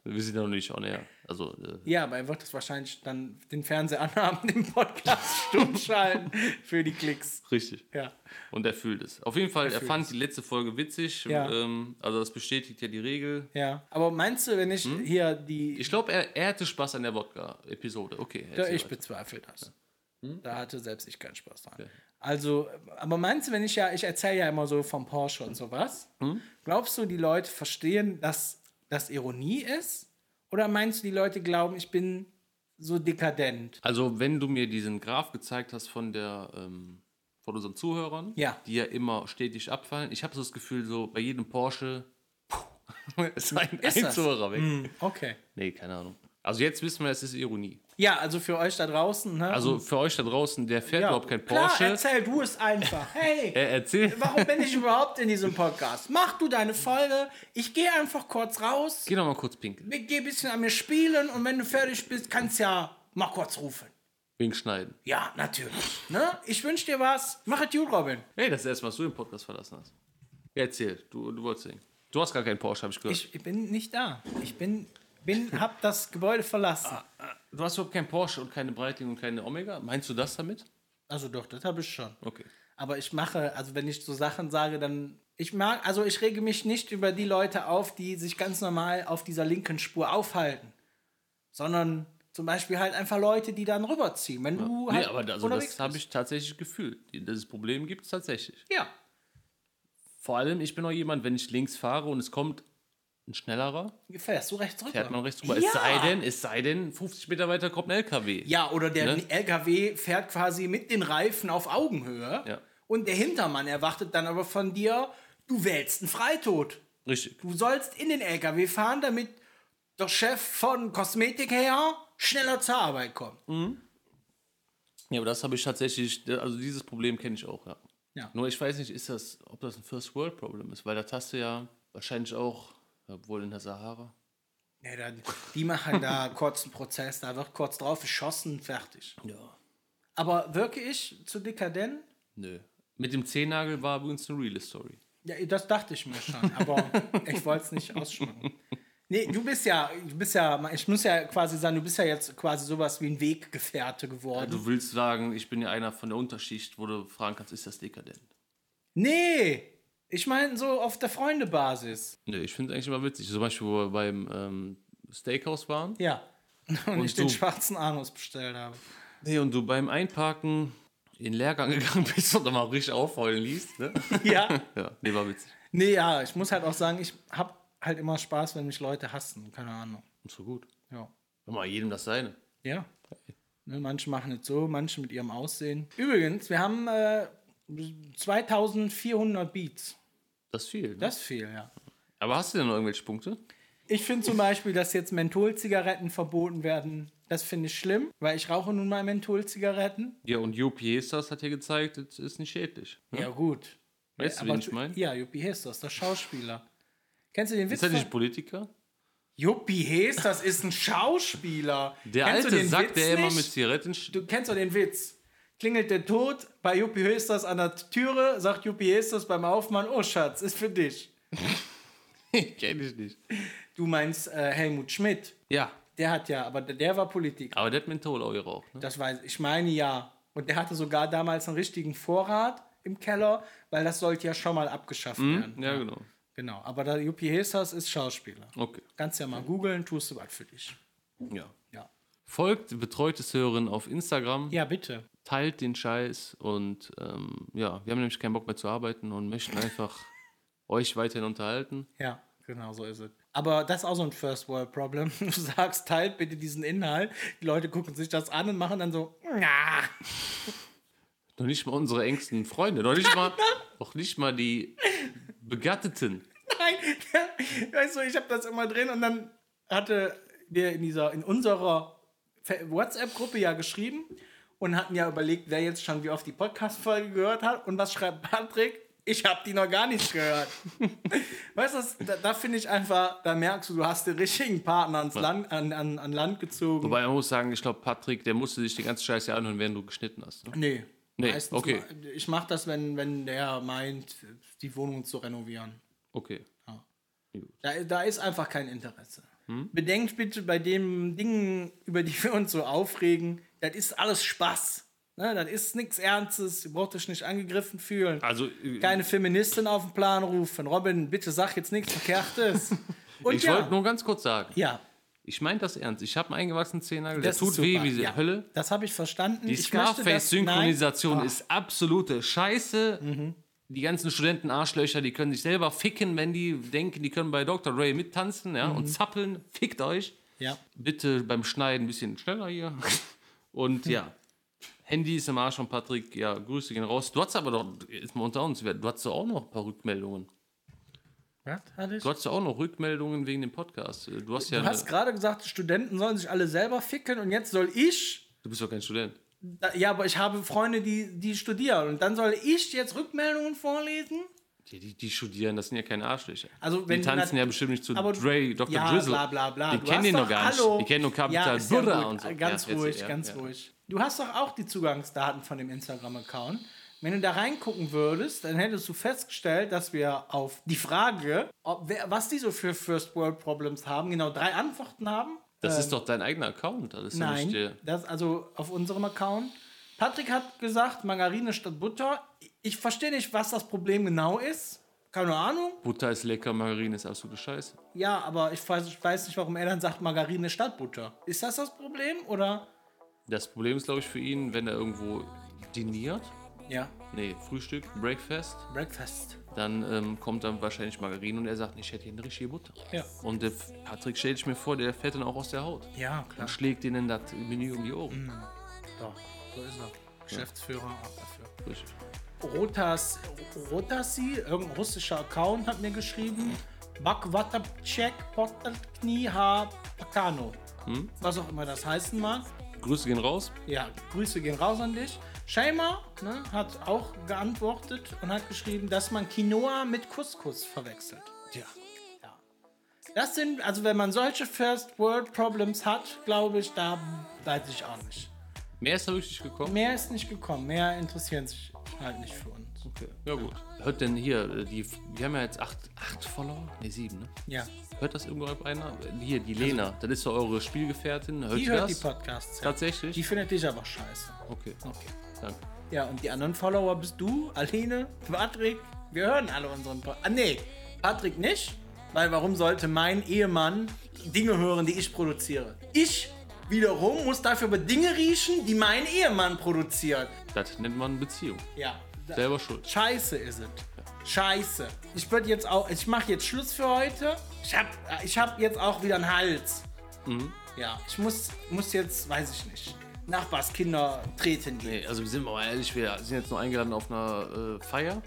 Wir sind ja noch nicht on air. Also, äh, Ja, aber er wird das wahrscheinlich dann den Fernseher anhaben, *laughs* den Podcast stumm schalten für die Klicks. richtig. Ja. Und er fühlt es. Auf jeden Fall, er, fühlt fand die letzte Folge witzig. Ja. Ähm, also das bestätigt ja die Regel. Ja, aber meinst du, wenn ich hier die. Ich glaube, er, er hatte Spaß an der Wodka-Episode. Okay. halt. da, erzähl ich weiter. bezweifle das. Hm? Da hatte selbst ich keinen Spaß dran. Also, aber meinst du, wenn ich ja, ich erzähle ja immer so vom Porsche und sowas, Hm? glaubst du, die Leute verstehen, dass das Ironie ist? Oder meinst du, die Leute glauben, ich bin so dekadent? also, wenn du mir diesen Graph gezeigt hast von der ähm, von unseren Zuhörern, Ja. die ja immer stetig abfallen, ich habe so das Gefühl, so bei jedem Porsche *laughs* puh, ist ein, ein das? Hm. Zuhörer weg. Okay. Nee, keine Ahnung. Also jetzt wissen wir, es ist Ironie. Ja, also für euch da draußen, ne? Also für euch da draußen, der fährt ja, überhaupt kein klar, Porsche. Äh. erzähl du *laughs* es einfach. Hey! Er erzählt. Warum bin ich überhaupt in diesem Podcast? Mach du deine Folge. Ich gehe einfach kurz raus. Geh noch mal kurz pinkeln. Ich geh ein bisschen an mir spielen und wenn du fertig bist, kannst ja mal kurz rufen. Wegen Schneiden. Ja, natürlich. Ne? Ich wünsche dir was. Mach es gut, Robin. Hey, das ist erst, was du den Podcast verlassen hast. Ja, erzähl, du, du wolltest singen. Du hast gar keinen Porsche, habe ich gehört. Ich, ich bin nicht da. Ich bin, bin, hab das Gebäude verlassen. du hast überhaupt keinen Porsche und keine Breitling und keine Omega? Meinst du das damit? Also doch, das habe ich schon. Okay. Aber ich mache, also wenn ich so Sachen sage, dann. Ich mag, also ich rege mich nicht über die Leute auf, die sich ganz normal auf dieser linken Spur aufhalten. Sondern zum Beispiel halt einfach Leute, die dann rüberziehen. Wenn du nee, halt aber also das unterwegs habe bist. ich tatsächlich gefühlt. Das Problem gibt es tatsächlich. Ja. Vor allem, ich bin auch jemand, wenn ich links fahre und es kommt ein schnellerer, Fährst du rechts rüber. fährt man rechts rüber. Ja. Es sei denn, es sei denn, 50 Meter weiter kommt ein LKW. Ja, oder der Ne? LKW fährt quasi mit den Reifen auf Augenhöhe Ja. und der Hintermann erwartet dann aber von dir, du wählst einen Freitod. Richtig. Du sollst in den LKW fahren, damit der Chef von Kosmetik her schneller zur Arbeit kommt. Mhm. Ja, aber das habe ich tatsächlich, also dieses Problem kenne ich auch, ja. Ja. Nur ich weiß nicht, ist das, ob das ein First-World-Problem ist, weil das hast du ja wahrscheinlich auch, obwohl in der Sahara. Nee, dann, die *laughs* machen da kurz einen Prozess, da wird kurz drauf geschossen, fertig. Ja. Aber wirklich zu dekadent? Nö. Mit dem Zehennagel war übrigens eine reale Story. Ja, das dachte ich mir schon, aber ich wollte es nicht ausschmücken. Nee, du bist ja, du bist ja, ich muss ja quasi sagen, du bist ja jetzt quasi sowas wie ein Weggefährte geworden. Du willst sagen, ich bin ja einer von der Unterschicht, wo du fragen kannst, ist das dekadent? nee, ich meine so auf der Freundebasis. Nö, ich finde es eigentlich immer witzig. Zum Beispiel, wo wir beim ähm, Steakhouse waren. Ja. *laughs* Und, ich den du? schwarzen Anus bestellt habe. *laughs* Nee, und du beim Einparken in Lehrgang *laughs* gegangen bist und dann mal richtig aufheulen liest, ne? Ja. *laughs* ja, nee, war witzig. Nee, ja, ich muss halt auch sagen, ich habe halt immer Spaß, wenn mich Leute hassen. Keine Ahnung. Und so gut. Ja. Mal jedem das seine. Ja. Ne, manche machen es so, manche mit ihrem Aussehen. Übrigens, wir haben äh, 2400 Beats. Das ist viel. Ne? Das ist viel, ja. Aber hast du denn noch irgendwelche Punkte? Ich finde zum Beispiel, dass jetzt Mentholzigaretten verboten werden. Das finde ich schlimm, weil ich rauche nun mal Mentholzigaretten. Ja, und Joe Piestas hat ja gezeigt, es ist nicht schädlich. Ja, gut. Weißt du, wen ich meine? Ja, Juppie Hess, das ist der Schauspieler. Kennst du den Ist Witz? er nicht von- Politiker? Juppie Hess, das ist ein Schauspieler. Der Kennst du alte den Sack, der immer nicht? mit Zigaretten... sch- *laughs* Du kennst doch den Witz. Klingelt der Tod bei Juppie Hestas an der Türe, sagt Juppie Hestas beim Aufmann, oh Schatz, ist für dich. Kenn ich nicht. Du meinst äh, Helmut Schmidt. Ja, Der hat ja, aber der, der war Politiker. aber der hat Menthol auch geraucht, ne? Das weiß ich. Ich meine ja. Und der hatte sogar damals einen richtigen Vorrat im Keller, weil das sollte ja schon mal abgeschafft werden. Ja, genau. Genau. Aber der Juppie Hestas ist Schauspieler. Okay, Kannst ja mal googeln, tust du was für dich. ja. Ja. Folgt betreutes Hören auf Instagram, Ja, bitte. teilt den Scheiß und ähm, ja, wir haben nämlich keinen Bock mehr zu arbeiten und möchten *laughs* einfach euch weiterhin unterhalten. Ja, genau so ist es. Aber das ist auch so ein First World Problem. *laughs* Du sagst, teilt bitte diesen Inhalt. Die Leute gucken sich das an und machen dann so, na. Noch nicht mal unsere engsten Freunde, noch nicht *laughs* mal, noch nicht mal die Begatteten. Nein, *laughs* weißt du, ich habe das immer drin und dann hatte wir in dieser in unserer Fe- WhatsApp-Gruppe ja geschrieben und hatten ja überlegt, wer jetzt schon wie oft die Podcast-Folge gehört hat und was schreibt Patrick? Ich habe die noch gar nicht gehört. *laughs* weißt du, das- da, da finde ich einfach, da merkst du, du hast den richtigen Partner ans Land, an, an, an Land gezogen. Wobei man muss sagen, ich glaube, Patrick, der musste sich die ganze Scheiße anhören, während du geschnitten hast. Ne? nee. Nee, meistens okay. ma- Ich mache das, wenn, wenn der meint, die Wohnung zu renovieren. Okay. Da, da ist einfach kein Interesse. Hm? Bedenkt bitte bei den Dingen, über die wir uns so aufregen, das ist alles Spaß. Ne, das ist nichts Ernstes, ihr braucht euch nicht angegriffen fühlen. Also, äh, Keine Feministin auf den Plan rufen. Robin, bitte sag jetzt nichts *laughs* Verkehrtes. Und ich ja, wollte nur ganz kurz sagen, ja, ich meine das ernst. Ich habe einen eingewachsenen Zehennagel, der das tut ist weh super. wie die ja, Hölle. Das habe ich verstanden. Die Ich möchte das- Scarface-Synchronisation Nein. Mhm. ist absolute Scheiße. Die ganzen Studenten-Arschlöcher, die können sich selber ficken, wenn die denken, die können bei Dr. Ray mittanzen ja, Mhm. und zappeln. Fickt euch. Ja. Bitte beim Schneiden ein bisschen schneller hier. Und ja, Handy ist im Arsch von Patrick. Ja, Grüße gehen raus. Du hast aber doch, jetzt mal unter uns, du hast doch auch noch ein paar Rückmeldungen. Was? hatte ich? Du hast doch auch noch Rückmeldungen wegen dem Podcast. Du hast ja, Du eine- hast gerade gesagt, Studenten sollen sich alle selber ficken und jetzt soll ich du bist doch kein Student. Da- Ja, aber ich habe Freunde, die, die studieren. Und dann soll ich jetzt Rückmeldungen vorlesen? Die, die, die studieren, das sind ja keine Arschlöcher. Also, wenn die du tanzen nat- ja bestimmt nicht zu aber- Dre, Dr. Ja, Drizzle. bla bla bla. Die Du kennen hast den doch- doch gar nicht. Hallo. Die kennen nur Ja, Capital ist ja Buddha gut. und so. Ganz Ja, jetzt- ruhig, ja, ganz ja. ruhig. Du hast doch auch die Zugangsdaten von dem Instagram-Account. Wenn du da reingucken würdest, dann hättest du festgestellt, dass wir auf die Frage, ob, wer, was die so für First World Problems haben, genau drei Antworten haben. Das ist doch dein eigener Account. Das ist ja nicht Nein, der. das also auf unserem Account. Patrick hat gesagt, Margarine statt Butter. Ich verstehe nicht, was das Problem genau ist. Keine Ahnung. Butter ist lecker, Margarine ist absolute Scheiße. Ja, aber ich weiß, ich weiß nicht, warum er dann sagt Margarine statt Butter. Ist das das Problem oder? Das Problem ist, glaube ich, für ihn, wenn er irgendwo diniert, Ja, nee, Frühstück, Breakfast, Breakfast. dann ähm, kommt dann wahrscheinlich Margarine und er sagt, ich hätte hier eine richtige Butter. Ja. Und der F- Patrick stelle ich mir vor, der fährt dann auch aus der Haut. Ja, klar. Dann schlägt denen das Menü um die Ohren. Mhm. Doch, so ist er. Geschäftsführer auch dafür. Richtig. Rotas, Rotasi, irgendein russischer Account hat mir geschrieben. Bakwatapchek Potatkniha Pakano. Was auch immer das heißen mag. Grüße gehen raus. Ja, Grüße gehen raus an dich. Scheimer ne, hat auch geantwortet und hat geschrieben, dass man Quinoa mit Couscous verwechselt. Ja. ja. Das sind, also wenn man solche First World Problems hat, glaube ich, da weiß ich auch nicht. Mehr ist da wirklich nicht gekommen. Mehr ist nicht gekommen, mehr interessieren sich halt nicht für uns. Okay. Ja gut. Hört denn hier, äh, die, wir haben ja jetzt acht, acht Follower? Ne, sieben, ne? Ja, Hört das irgendwo einer? Hier, die Lena, das ist so eure Spielgefährtin. Hört Also die die hört die das? Podcasts. Ja. Tatsächlich? Die findet dich aber scheiße. Okay, okay. Danke. Ja, und die anderen Follower bist du, Aline, Patrick. Wir hören alle unseren Podcast. Ah, nee, Patrick nicht, weil warum sollte mein Ehemann Dinge hören, die ich produziere? Ich wiederum muss dafür über Dinge riechen, die mein Ehemann produziert. Das nennt man Beziehung. Ja. da- Selber schuld. Scheiße ist es. Scheiße. Ich würde jetzt auch, ich mache jetzt Schluss für heute. Ich hab, ich hab jetzt auch wieder einen Hals. Ja, ich muss, muss jetzt, weiß ich nicht, Nachbarskinder treten gehen. Nee, also wir sind mal ehrlich, wir sind jetzt nur eingeladen auf einer äh, Feier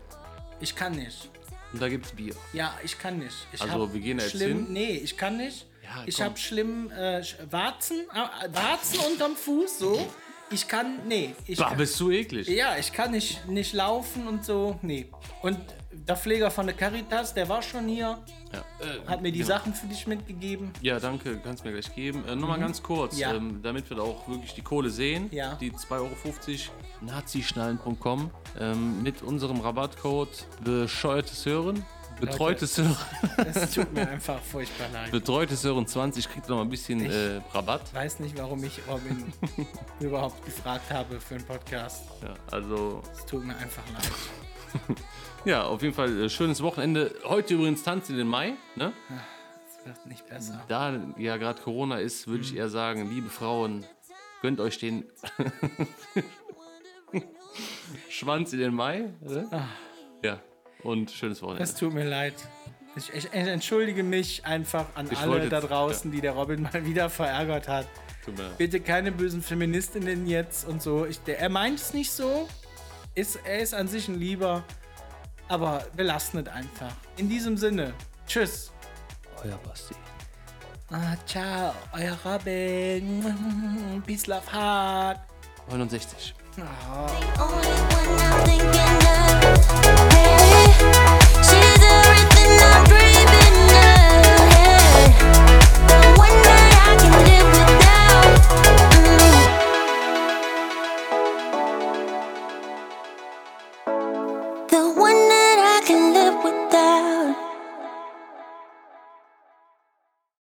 Ich kann nicht. und da gibt's Bier. Ja, ich kann nicht. Ich Also, hab wir gehen da jetzt schlimm, hin? Nee, ich kann nicht. Ja, ich komm. habe schlimm äh, Sch- Warzen, äh, Warzen unterm Fuß, so. Ich kann, nee. Ich Bah, kann, bist du eklig. ja, ich kann nicht, nicht laufen und so, nee. Und der Pfleger von der Caritas, der war schon hier, Ja, äh, hat mir die genau. Sachen für dich mitgegeben. Ja, danke, kannst mir gleich geben. Äh, Nochmal ganz kurz, Mhm. Ja. ähm, damit wir da auch wirklich die Kohle sehen. Ja. Die 2,50 Euro nazischnallen.com ähm, mit unserem Rabattcode bescheuertes Hören. Betreutes Hören. *laughs* Das tut mir einfach furchtbar leid. Betreutes Hören 20 kriegt noch mal ein bisschen äh, Rabatt. Ich weiß nicht, warum ich *laughs* Robin überhaupt gefragt habe für einen Podcast. Ja, also, Es tut mir einfach leid. ja, auf jeden Fall äh, schönes Wochenende. Heute übrigens tanzen in den Mai. Ne? Es wird nicht besser. Da ja gerade Corona ist, würde ich eher sagen, liebe Frauen, gönnt euch den *laughs* Schwanz in den Mai. Ne? Ja, und schönes Wochenende. Es tut mir leid. Ich, ich entschuldige mich einfach an Ich alle wollte da jetzt- draußen, die der Robin *laughs* mal wieder verärgert hat. Tut mir leid. Bitte keine bösen Feministinnen jetzt und so. Ich, der, er meint es nicht so. Ist, er ist an sich ein Lieber. Aber wir lassen es einfach. In diesem Sinne. Tschüss. Euer Basti. Ah, ciao. Euer Robin. Peace, love, heart. 69. Only one I'm thinking of. Hey,